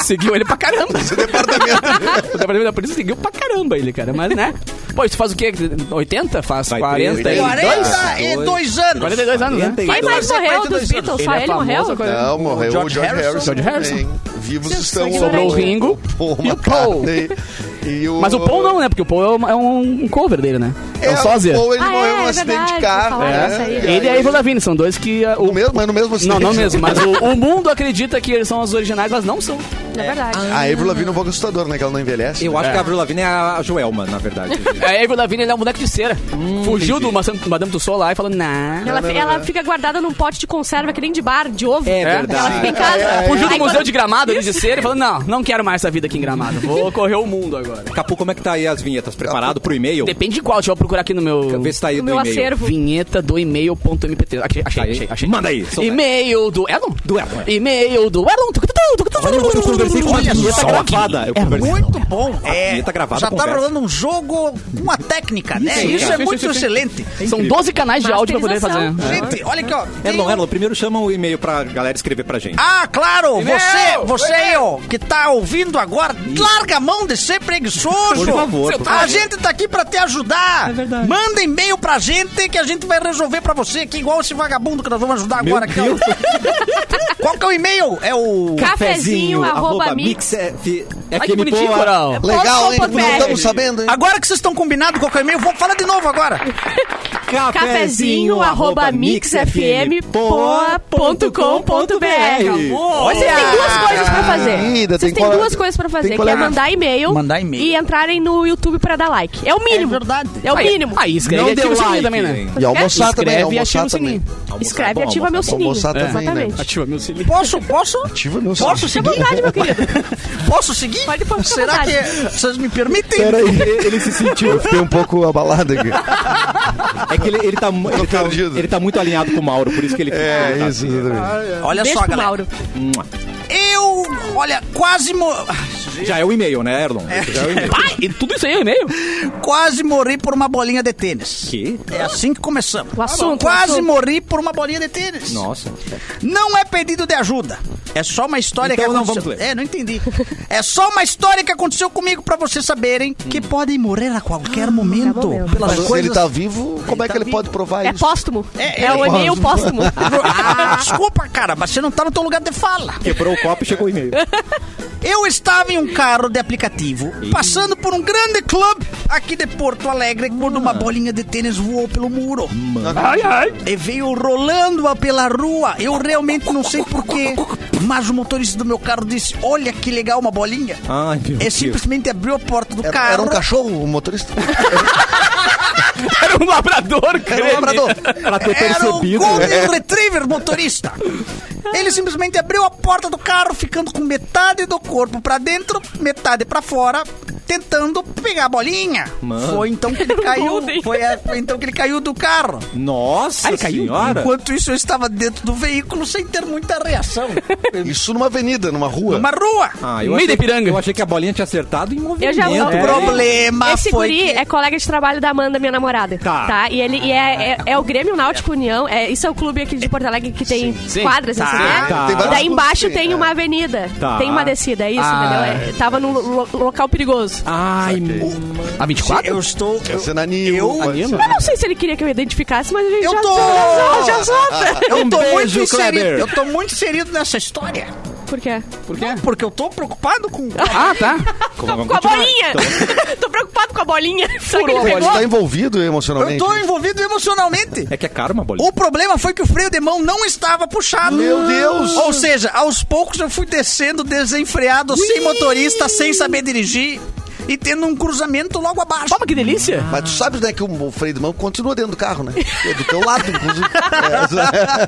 D: seguiu ele pra caramba.
E: Esse departamento.
D: (laughs) O departamento da polícia seguiu pra caramba ele, cara. Mas, né? Pô, isso faz o quê? 80? Faz
A: Vai ter
D: 40? e-
C: 42 anos.
D: 42 anos, né?
A: 42.
B: Quem mais morreu dos Beatles? Só
D: é
B: ele morreu?
D: famoso, coisa-
E: Não, morreu o George, Harrison.
D: George Harrison.
E: também. Vivos estão
D: Sobrou o Ringo
E: Paul
D: e o Paul.
E: McCartney E o...
D: Mas o Paul não, né? Porque o Paul é um, é um cover dele, né? É, um sósia. É.
E: O Paul, ele
B: Ah,
E: morreu
B: é,
E: num
B: é
E: acidente de
B: verdade,
E: carro.
B: falaram
E: né?
B: isso aí.
E: E aí-
D: Ele e a Avril Lavigne são dois que... uh, o...
E: No mesmo, mas no mesmo acidente.
D: Não, não mesmo, mas o, o mundo acredita que eles são os originais, mas não são.
B: Na verdade.
E: A Avril Lavigne é um pouco assustador, né? Que ela não envelhece.
A: Eu acho que a Avril Lavigne é a Joelma, na verdade.
D: A Avril Lavigne ele é um boneco de cera. Fugiu
A: entendi.
D: do Madame, Madame Tussauds lá e falou, nah...
B: Ela, fi- ela fica guardada num pote de conserva que nem de bar, de ovo.
A: É
B: Ela
A: verdade.
B: fica em casa.
D: Fugiu do
B: Aí
D: Museu
B: quando-
D: de Gramado ali de cera e falou, não, não quero mais essa vida aqui em Gramado. Vou (laughs) correr o mundo agora.
A: Capu, como é que tá aí as vinhetas? Preparado pro e-mail?
D: Depende de qual, deixa eu procurar aqui no meu...
A: Vê se tá aí
B: No
A: do
B: meu
A: e-mail.
B: acervo.
D: Vinheta do e-mail.mp3. Achei, achei,
A: Tá aí.
D: achei, achei.
A: Manda aí, solta.
D: E-mail do Elon?
A: Do Elon.
D: E-mail do Elon.
A: Eu conversei com uma
C: Olha
A: vinheta
C: só que-
A: gravada. Eu
C: É
A: conversei-
C: muito bom.
A: A
C: É,
A: vinheta gravada
C: já tá
A: conversa.
C: rolando um jogo com uma técnica, né?
D: Isso,
C: Isso,
D: cara.
C: é muito
D: Sim, sim, sim.
C: excelente.
D: São 12 canais de áudio pra poder fazer.
B: Masterização.
C: Gente, olha aqui, ó. tem
A: Erlon,
C: um-
A: Erlon, primeiro chama o e-mail pra galera escrever pra gente.
C: Ah, claro!
D: E-mail!
C: Você, você aí, ó, que tá ouvindo agora, larga a mão de ser preguiçoso!
A: Por favor,
C: Seu-
A: por
C: a
A: favor.
C: gente tá aqui pra te ajudar! É verdade. Manda e-mail pra gente que a gente vai resolver pra você aqui, igual esse vagabundo que nós vamos ajudar
A: Meu
C: agora aqui, ó.
A: Deus.
C: (laughs) Qual que é o e-mail? É o.
B: Cafezinho, arroba mix.
A: F-
D: Ai, que
A: FM
D: bonitinho,
A: Poa.
D: Coral.
E: Legal, hein? Não
B: Ponto
E: estamos sabendo, hein?
C: Agora que vocês estão combinados qual que é o e-mail, vou falar de novo agora.
B: Cafezinho, arroba mixfm.com.br. Vocês têm duas
D: Ah,
B: coisas pra fazer.
E: Ainda
B: Vocês
E: tem
B: têm
E: qual-
B: duas coisas pra fazer,
E: tem
B: que é
E: qual-
B: mandar e-mail
C: Mandar e-mail.
B: e entrarem no YouTube pra dar like. É o mínimo.
C: É verdade.
B: É o
D: Aí-
B: mínimo.
D: Aí, escreve
A: Não
D: e ativa
A: deu
D: o sininho
A: like,
D: também,
A: hein?
D: né?
E: E almoçar também,
D: Escreve e ativa
E: almoçar
D: o
E: também.
D: sininho.
B: Escreve e ativa meu
A: almoçar.
B: sininho.
E: Almoçar também, né?
B: Exatamente.
D: Ativa meu sininho.
C: Posso, posso?
E: Ativa meu
C: Posso
E: sininho.
C: seguir?
B: Verdade, meu querido.
C: Posso seguir?
B: Pode, pode, fica à
C: Será que
B: vontade.
C: vocês me permitem?
E: Peraí, ele se sentiu. Eu fiquei um pouco abalado
D: (laughs)
E: aqui.
A: É que ele, ele, tá, mu- ele, tá,
E: perdido.
A: ele tá muito alinhado com o Mauro, por isso que ele... ele tá
E: É, isso,
A: assim.
E: exatamente.
C: Olha
B: Beijo
C: só,
B: pro
C: galera.
B: Mauro.
C: Eu, olha, quase mo-
A: Já é o e-mail, né, Erlon? Já é o e-mail.
D: Pai, e tudo isso aí é e-mail.
C: quase morri por uma bolinha de tênis.
A: Que?
C: É assim que começamos.
B: O assunto,
C: Quase
B: o assunto.
C: morri por uma bolinha de tênis.
A: Nossa.
C: Não é pedido de ajuda. É só uma história
A: Então
C: que
A: não
C: aconteceu.
A: vamos ler.
C: É, não entendi. É só uma história que aconteceu comigo pra vocês saberem que podem morrer a
B: Ah,
C: qualquer momento,
B: momento.
C: pelas
E: Mas se
C: coisas.
E: ele tá vivo, como é
C: tá
E: que ele
C: vivo.
E: pode provar
B: É
E: isso?
B: póstumo.
C: É,
B: É,
C: é
B: o e-mail póstumo.
C: (laughs) (laughs) Ah, desculpa, cara, mas você não tá no teu lugar de fala.
A: Quebrou o copo e chegou o e-mail.
C: Eu estava em um carro de aplicativo, passando por um grande clube aqui de Porto Alegre, quando uma bolinha de tênis voou pelo muro.
D: Ai, ai.
C: E veio rolando pela rua. Eu realmente não sei porquê. Mas o motorista do meu carro disse: Olha que legal uma bolinha.
E: Ah,
A: Ai, meu
C: E
A: Deus.
C: simplesmente abriu a porta do
E: Era,
C: carro.
E: era um cachorro, o motorista?
D: Era um labrador, cara.
E: Era um labrador.
A: Pra ter
C: Era um
A: percebido... né? É.
C: Golden Retriever motorista. Ele simplesmente abriu a porta do carro, ficando com metade do corpo pra dentro, metade pra fora, tentando pegar a bolinha.
A: Mano.
C: Foi então que ele caiu.
B: Golden.
C: Foi, a- foi então que ele caiu do carro.
A: Nossa
D: Ai, caiu.
A: senhora.
C: Enquanto isso, eu estava dentro do veículo sem ter muita reação.
E: Isso numa avenida, numa rua.
C: Uma rua.
A: Ah,
D: Meio
A: achei,
D: da Ipiranga.
A: eu achei que a bolinha tinha acertado em movimento. né?
B: Eu já
C: O
B: É.
C: problema
B: Esse
C: foi
B: guri
C: que-
B: é colega de trabalho da Amanda, minha namorada.
A: Tá.
B: E ele e é, é, é o Grêmio Náutico União. É, isso é o clube aqui de Porto Alegre que tem quadras, assim, né?
A: Tá.
E: vários
B: Daí embaixo
E: clubes,
B: tem
E: né?
B: uma avenida.
A: Tá.
B: Tem uma descida, é isso,
D: Ah.
B: entendeu? É, tava num lo- lo- local perigoso.
C: Freitas.
D: Ai, a 24?
C: Eu estou.
E: É
C: Eu,
E: Senanil.
C: eu-
E: pode
D: Anilo?
E: ser.
B: Não sei se ele queria que eu identificasse, mas a gente
C: Eu
B: já,
C: tô-
B: já, já solta.
C: eu tô
A: Um
C: muito
A: beijo,
C: inserido.
A: Kleber.
C: Eu tô muito inserido nessa história.
B: Por quê?
D: Por quê?
C: Porque eu tô preocupado com.
D: Ah, tá.
A: Como- vamos
B: Com a
A: continuar.
B: bolinha. (laughs) Tô preocupado com a bolinha. Será que
D: Furou
B: ele
D: a
E: Mas
B: pegou?
E: tá envolvido
C: Eu
E: emocionalmente.
C: tô envolvido emocionalmente.
A: É que é caro uma bolinha.
C: O problema foi que o freio de mão não estava puxado. Ah.
E: Meu Deus!
C: Ou seja, aos poucos eu fui descendo desenfreado, sem motorista, sem saber dirigir e tendo um cruzamento logo abaixo.
D: Toma, que delícia.
E: Mas tu sabes, né, que o freio de mão continua dentro do carro, né? É do teu lado, inclusive.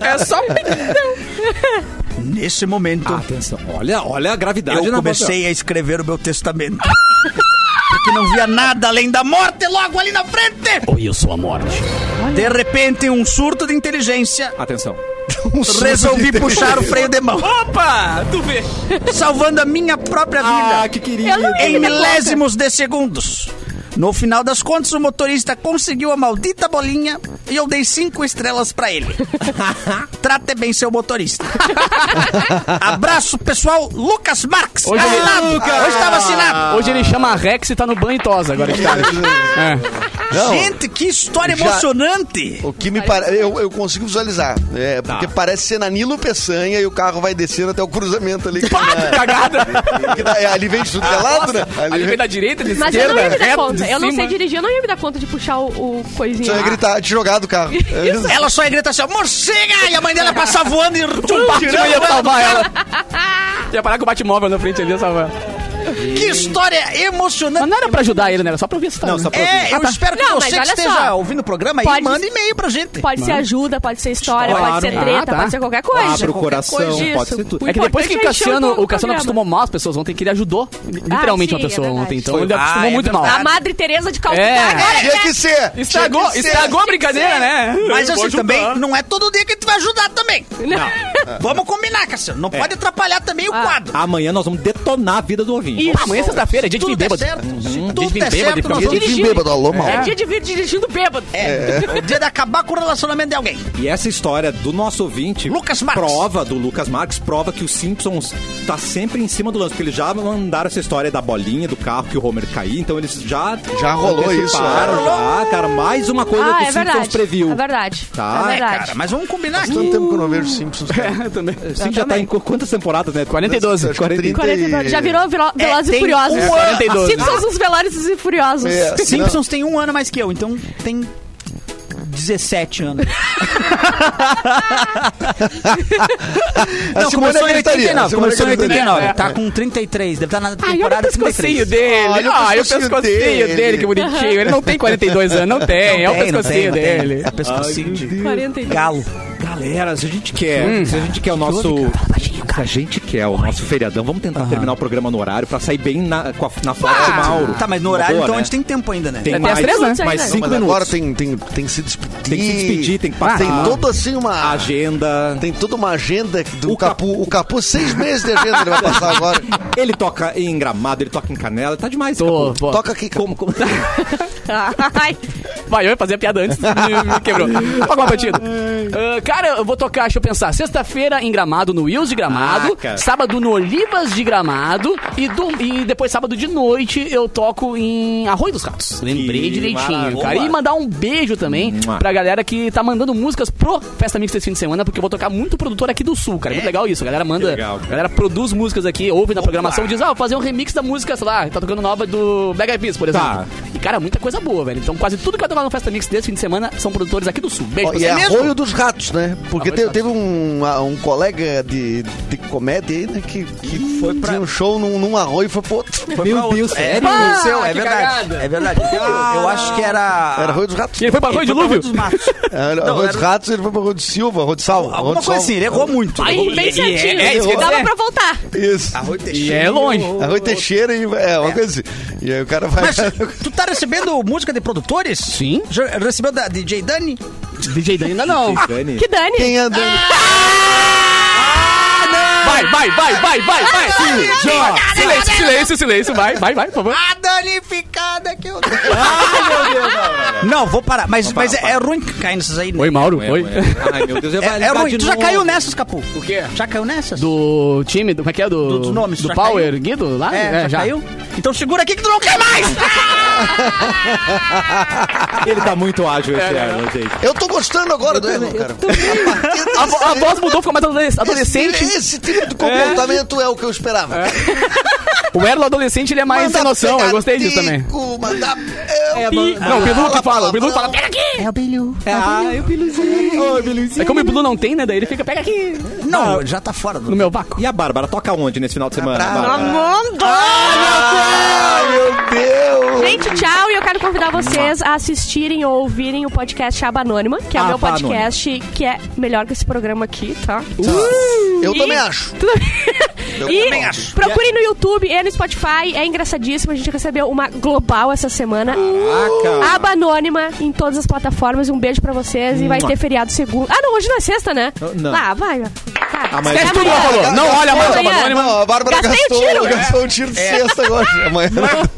E: É,
D: É só um...
G: Nesse momento,
C: Ah,
A: Atenção. Olha, olha a gravidade
G: eu
A: na
G: comecei a escrever o meu testamento. Porque não via nada além da morte logo ali na frente.
D: Oi, eu sou a morte.
G: De repente, um surto de inteligência,
A: Atenção.
E: é um
G: resolvi puxar o freio de mão,
D: Opa, tu vê.
G: salvando a minha própria vida.
A: Ah, que querido.
B: Eu não ia
G: em
B: me dar
G: milésimos de segundos. No final das contas, o motorista conseguiu a maldita bolinha e eu dei cinco estrelas pra
D: (laughs)
G: ele. Trate bem seu motorista. Abraço, pessoal. Lucas Ah, Marx.
D: Hoje ele-
G: assinado.
D: Lucas!
G: Hoje estava assinado.
D: Hoje ele chama a Rex e tá no banho e tosa agora. que tá. É.
E: Não.
G: Gente, que história
E: Já-
G: emocionante.
E: (laughs) O que me parece. Eu, eu consigo visualizar. É, porque parece ser na Nilo Peçanha e o carro vai descendo até o cruzamento ali. Que na-
D: (laughs) Cagada.
E: que na- ali vem de tudo que é lado, né?
D: Ali vem da direita, de
B: Mas eu
D: esquerda,
B: não ia me dar
D: reto,
B: conta.
D: de
B: Eu não sei
D: cima.
B: dirigir, eu não ia me dar conta de puxar o, o coisinho.
E: Só ia gritar, te jogar do carro. É,
G: Ela só grita assim, ó, morcega! E a mãe dela passa voando e...
D: Um Batman ia
B: (laughs)
D: salvar ela. Ia parar com o Batmóvel na frente ali, ia salvar.
G: Que história emocionante.
D: Mas não era pra ajudar ele, né? Era só pra ver se tá.
A: Não,
D: né?
A: só pra ouvir.
G: É, eu espero que
B: Não, mas
G: você que
B: olha
G: esteja
B: só.
G: ouvindo o programa aí,
B: Pode-
G: manda e-mail pra gente.
B: Pode ser ajuda, pode ser história,
A: Claro.
B: pode ser treta,
D: Ah, tá.
B: pode ser qualquer coisa.
A: Abre o coração,
B: Qualquer coisa.
A: pode ser tudo.
B: O
D: É que depois que o
B: importante é encher
D: Cassiano,
B: todo
D: o Cassiano
B: programa. Ah,
D: acostumou mal as pessoas ontem, que ele ajudou literalmente
B: sim,
D: uma pessoa
B: é verdade. Tá
D: ontem. Então
A: Foi.
D: ele
A: Ah,
D: acostumou
G: é
D: muito mal.
B: A Madre Teresa de Calcutá. né?
D: É.
B: Agora,
E: Tinha que ser!
D: Estragou,
E: Tinha que ser.
D: estragou a brincadeira, né?
G: Mas
D: Eu vou
G: assim,
D: ajudar.
G: também, não é todo dia que tu vai ajudar também. Vamos combinar, Cassiano. Não pode atrapalhar também o quadro.
A: Amanhã nós vamos detonar a vida do ouvinte.
B: Isso.
D: Ah, Amanhã é sexta-feira, é dia de
G: Tudo
D: vir
G: der
D: bêbado.
G: certo. Se
D: Dia de
G: tudo
D: vir
G: der
D: bêbado e
G: certo, nós
D: ficar
G: vamos...
E: Dia de vir bêbado, alô, mal.
B: É dia de vir dirigindo bêbado. Ah,
G: É, o dia de acabar com o relacionamento de alguém.
A: E essa história do nosso ouvinte
G: Lucas Marques.
A: prova do Lucas Marques prova que os Simpsons tá sempre em cima do lance, porque eles já mandaram essa história da bolinha do carro que o Homer caiu, então eles já
E: Já rolou isso, é.
A: anteciparam, já, cara, mais uma coisa que
B: Ah,
A: os
B: é
A: Simpsons
B: verdade.
A: previu.
B: É verdade.
A: Tá.
B: É
G: É,
B: verdade.
G: cara, mas vamos combinar aqui.
E: Tanto tempo que eu não vejo Simpsons.
D: (laughs)
E: cara.
D: Eu É, também.
A: Sim, já tá em qu- quantas temporadas, né?
D: 42.
E: Acho que 30 e-
B: 42. Já virou velo-
G: É,
B: Velozes e
G: tem
B: Furiosos.
G: um
B: É,
G: ano-
D: 42.
B: Simpsons, os Velozes e Furiosos.
E: É, não.
G: Simpsons tem um ano mais que eu, então tem 17 anos.
E: A
G: Não,
E: Simone
G: começou em
E: é gritaria, a
G: 89.
E: Simone
G: Começou em
E: gritaria.
G: 89. Tá com 33. Deve estar na
D: Ai, olha o
G: temporada
D: pescocinho
G: 33.
D: dele. Ah, Olha,
E: Olha o
D: o
E: pescocinho
D: pescocinho dele.
E: dele.
D: que bonitinho. Ele não tem 42
G: (laughs)
D: anos, não tem. é o
G: Tem, não tem,
D: pescocinho
G: não tem.
D: dele.
G: É pescocinho de
B: 42.
G: galo.
A: Galera, se a gente quer,
D: Hum.
A: se a gente quer o nosso. Se a gente quer o nosso feriadão, vamos tentar terminar o programa no horário pra sair bem na, com a, na fase do Mauro.
G: Tá, mas no
A: Uma
G: horário,
A: boa,
G: então
A: né?
G: a gente tem tempo ainda, né?
A: tem
D: Até
A: mais,
D: Ah! as três, né?
A: mais
B: Não,
E: Não,
A: cinco
E: mas
A: minutos.
E: agora tem, tem, tem que se despedir.
A: Tem que se despedir, tem que
E: Tem
A: passar.
E: toda assim
G: tá.
E: uma.
A: agenda.
E: Tem toda uma agenda do
A: O
E: Capu.
A: Capu-
E: O Capu, seis meses de agenda ele vai passar agora.
A: Ele toca em Gramado, ele toca em Canela, tá demais.
D: Tô,
A: Capu.
D: pô.
E: Toca aqui, Capu.
A: Como, como...
D: (laughs)
B: Ai,
D: Vai, eu ia fazer a piada antes, me me quebrou.
A: (laughs)
D: Paga uma batida. Ah, cara, eu vou tocar, deixa eu pensar. Sexta-feira em Gramado, no Wills de Gramado.
A: Ah, cara.
D: sábado no Olivas de Gramado. E, dom- e depois, sábado de noite, eu toco em Arroio dos Ratos. Lembrei
A: Que
D: direitinho,
A: maravilha.
D: cara. E mandar um beijo também
A: Mua.
D: pra galera que tá mandando músicas pro Festa Mix esse fim de semana, porque eu vou tocar muito produtor aqui do Sul, cara. É muito legal isso. A galera manda...
A: Que legal, cara.
D: a galera produz músicas aqui, ouve na programação e diz, ah, vou fazer um remix da música, sei lá, tá tocando nova do Black Eyed Peas, por exemplo.
A: Tá.
D: E, cara, muita coisa boa, velho. Então, quase tudo que eu tocar no Festa Mix desse fim de semana são produtores aqui do Sul. Beijo
E: Ó,
D: pra
E: e é
D: você mesmo.
E: arroio dos ratos, né? Porque
D: Arroio
E: te-
D: dos
E: teve um, a- um colega de, de comédia aí, né? Que, que foi pra... um show num, num arroio e foi pro outro.
A: Meu Deus,
G: É,
A: sério?
G: do céu, é
D: Ah, que
G: verdade.
D: cagada.
G: É verdade. Eu,
A: Ah.
G: eu acho que era.
E: Era arroio dos ratos.
D: E ele foi pra Arroio de
G: Arroio
D: Lúvio?
G: dos Matos.
E: Era arroio dos ratos ele foi pro arroio de Silva, arroio de Sal.
G: Alguma coisa
A: né?
G: assim, ele errou muito.
D: Ai,
B: bem
D: e- e-
B: certinho.
D: é, é isso que eu ia
B: Dava
D: dizer.
B: pra voltar.
E: Isso.
G: Arroio de
D: E
G: cheiro.
D: é longe. (laughs)
E: Arroio Teixeira e... É, uma coisa assim. E aí o cara vai... (laughs)
G: Mas tu tá recebendo música de produtores?
D: Sim.
G: Já recebeu da DJ Dani?
D: DJ Dan ainda não.
A: Dani.
E: Ah!
B: Que Dani.
E: Quem anda...
D: vai, vai, vai, vai, vai, vai. Silêncio, silêncio, silêncio. Vai, vai, vai, por favor.
G: A danificada que eu
C: Não, vou parar. Mas, mas é, é ruim cair nessas aí. né?
D: Oi, Mauro, oi.
A: É, Ai, meu Deus, eu
C: É, é ruim. Tu já caiu nessas, Capu?
D: O (laughs) quê?
G: Já caiu nessas?
D: Do time, do, como é que é? Do,
G: Do- dos nomes,
D: do
G: já
D: Power
G: caiu?
D: Guido lá?
G: É, já, caiu? Então segura aqui que tu não cai mais!
C: Ah,
A: (laughs) Ele tá muito ágil
B: É,
A: esse
B: né?
A: ano, gente.
E: Eu tô gostando agora do Erlon, cara.
D: A, vo- a voz mudou, ficou mais adolesc- adolescente.
E: Esse, esse tipo de comportamento é, o que eu esperava.
D: O Erlo adolescente, ele é mais sem noção. Eu gostei disso também.
E: Mandar... É,
D: Não, o Bilu que fala. O Bilu fala, pega aqui.
I: É o Bilu.
B: é
A: Ai, o Biluzinho. Oi, Biluzinho.
D: É como o Bilu não tem, né? Daí ele fica, pega aqui.
C: Não, já tá fora do.
D: No meu vácuo.
A: E a Bárbara toca onde nesse final de semana?
E: Bárbara.
A: Bárbara?
E: Ai, meu Deus!
B: Gente, tchau. E eu quero convidar vocês a assistirem ou ouvirem o podcast Aba Anônima, que é o meu
A: Aba Anônima.
B: podcast que é melhor que esse programa aqui, tá?
E: Eu
B: E-
E: também acho. Eu
B: e
E: também acho.
B: procurem no YouTube e no Spotify. É engraçadíssimo. A gente recebeu uma global essa semana.
A: Caraca.
B: Aba Anônima em todas as plataformas. Um beijo pra vocês. E vai ter feriado segunda. Ah, não. Hoje não é sexta, né?
A: não.
B: Ah, vai. vai.
A: Ah, mas-
B: Até
D: Esquece É tudo que
B: amanhã.
D: ela falou. Não olha mais o
B: Amanhã.
D: Abanônimo.
E: Não, a Bárbara
B: Gastei o
E: gastou,
B: tiro.
E: gastou um tiro de sexta agora. Amanhã.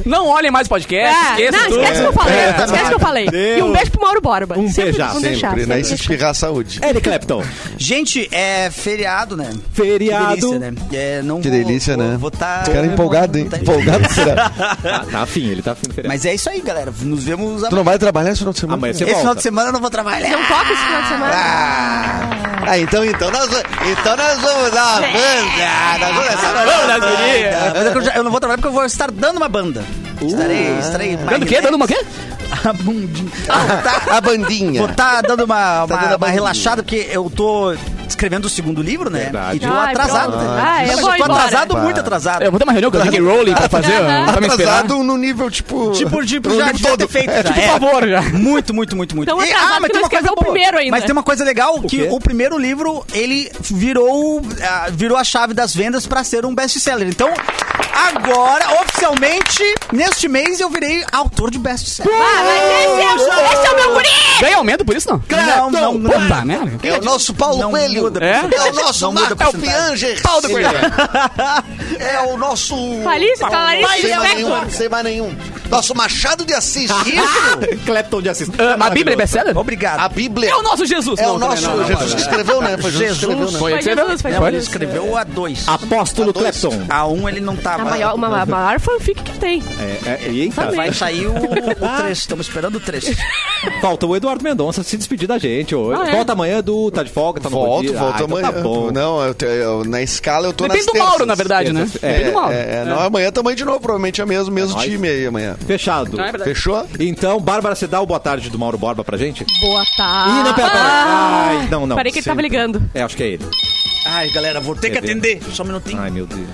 D: Não olhem mais o podcast,
B: É,
D: esqueça
B: não,
D: tudo.
B: esquece o que eu falei.
A: É,
B: esquece o que eu falei. E um
A: Deus.
B: beijo pro Mauro Borba.
A: Um
B: Sempre
A: beijo,
B: vamos deixar,
E: Sempre,
B: sempre
E: né? E se
B: deixar.
E: espirrar a saúde.
A: Eric Clapton.
C: Gente, é feriado, né?
A: Feriado.
C: Que delícia, né? É, não
E: Que
C: vou-
E: delícia,
C: vou-
E: né?
C: Vou tá,
E: Esse cara é empolgado, hein?
C: Tá-
E: Empolgado será?
A: Tá, tá afim, ele tá afim do feriado.
C: Mas é isso aí, galera. Nos vemos
E: Tu
C: amanhã.
E: não vai trabalhar esse final de semana?
A: Amanhã você
C: Esse final
A: volta.
C: de semana eu não
B: Não
C: vou trabalhar.
B: toca esse final de semana.
E: Ah, então, então, nós, então nós vamos dar uma banda. Nós vamos dar uma
D: Vamos, das gurias.
C: Ah, mas é que eu, já- eu não vou trabalhar porque eu vou estar dando uma banda. estarei, estarei. um
D: Dando o quê? Dando uma quê?
C: A bundinha.
E: A bandinha.
C: Ah, Vou tá dando uma,
E: Tá
C: uma-
E: dando a
C: uma
E: bandinha.
C: relaxada, porque eu tô escrevendo o segundo livro, né?
A: Verdade.
C: E tô
B: Ai,
C: atrasado.
B: pronto. Ah, eu
C: Mas
B: vou
C: tô
B: embora.
C: atrasado, muito atrasado.
D: Eu vou ter uma reunião com a J.K. Rowling pra fazer.
B: Aham.
E: Tá
D: Pra me esperar.
E: Atrasado no nível, tipo...
C: (laughs) Tipo, tipo,
E: no
C: já,
E: nível
C: já
E: todo. tipo,
C: ter feito. já.
D: Por
C: É.
D: favor, já.
C: Muito, muito, muito, muito.
B: Tão
C: E- ah,
B: atrasado que não escreveu o primeiro ainda.
C: Mas tem uma coisa legal, que
A: quê?
C: o primeiro livro, ele virou, ah, virou a chave das vendas pra ser um best-seller. Então, agora, oficialmente, neste mês, eu virei autor de best-seller.
B: Ah, mas esse é, o- esse é o meu guri!
D: Ganha aumento por isso, não?
C: Não, não, não.
D: Puta merda.
E: É o nosso Paulo
C: Não
E: Coelho.
C: muda a
D: É?
E: É o
C: porcentagem.
E: nosso
C: Não muda a
E: Marco
C: porcentagem.
E: Pianges.
D: Pau do Coelho.
E: É o nosso...
B: Clarice, Clarice
E: Sem mais nenhum,
B: Lispector.
E: sem mais nenhum. Nosso Machado de Assis.
A: Isso! Clapton de Assis.
D: Ah, A Bíblia é
C: (laughs)
D: best-seller?
C: Obrigado.
E: A Bíblia.
D: É o nosso Jesus.
E: É
D: Não,
E: o
D: também
E: nosso...
D: não, não,
E: Jesus que escreveu, né? Foi Jesus que escreveu, né?
D: Foi
B: Foi
D: ele que
B: Jesus, foi
D: escreveu?
B: Jesus.
C: Escreveu a dois.
A: Apóstolo
E: Tá dois.
A: Clapton.
C: A um ele não
B: A
C: tava.
B: maior, uma, a maior fanfic que tem.
A: É, é, eita,
B: Também.
C: Vai sair o, o 3. Estamos esperando o 3.
A: falta o Eduardo Mendonça se despedir da gente hoje.
B: Ah, é?
A: Volta amanhã, do Tá de folga, tá no Bom
E: Volto,
A: Dia.
E: volto
A: Ah, então
E: amanhã.
A: Tá bom.
E: Não, eu te- eu- na escala eu tô
D: Depende
E: nas
D: do Mauro,
E: terças.
D: na verdade, né?
A: É,
D: Depende do Mauro.
E: É, é, Não, amanhã também de novo, provavelmente é o mesmo, mesmo
A: nóis.
E: time aí amanhã.
A: Fechado.
D: Não, é verdade.
E: Fechou?
A: Então, Bárbara, você dá o boa tarde do Mauro Borba pra gente?
B: Boa tarde.
A: Ih, não, pera, pera.
B: Ah.
A: Ai, não, não.
B: Parei que ele tava
A: Sempre.
B: ligando.
A: É, acho que é ele.
C: Ai, galera, vou ter que atender. Só um minutinho.
A: Ai, meu
B: (laughs)
A: Deus.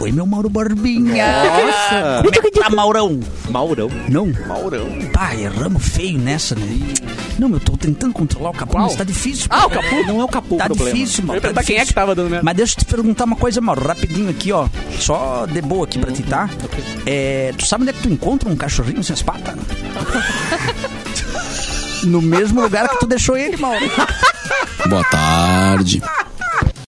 C: Oi, meu Mauro Borbinha.
A: Nossa!
B: Então-
C: Como é que tá, Maurão?
A: Maurão.
C: Não?
E: Maurão.
C: Pá, erramos feio nessa, né? Não, eu tô tentando controlar o capô, mas tá difícil.
D: Ah, o Capu.
A: Não é o Capu
C: Tá
A: o problema.
C: difícil,
D: Eu ia
C: Mauro. Tá
D: perguntar quem é que
C: difícil.
D: tava dando merda.
C: Mas deixa eu te perguntar uma coisa, Mauro, rapidinho aqui, ó. Só de boa aqui
D: Hum,
C: pra ti, tá? É, tu sabe onde é que tu encontra um cachorrinho sem as
D: (laughs)
C: patas? No mesmo lugar que tu deixou ele, Mauro.
J: Boa tarde.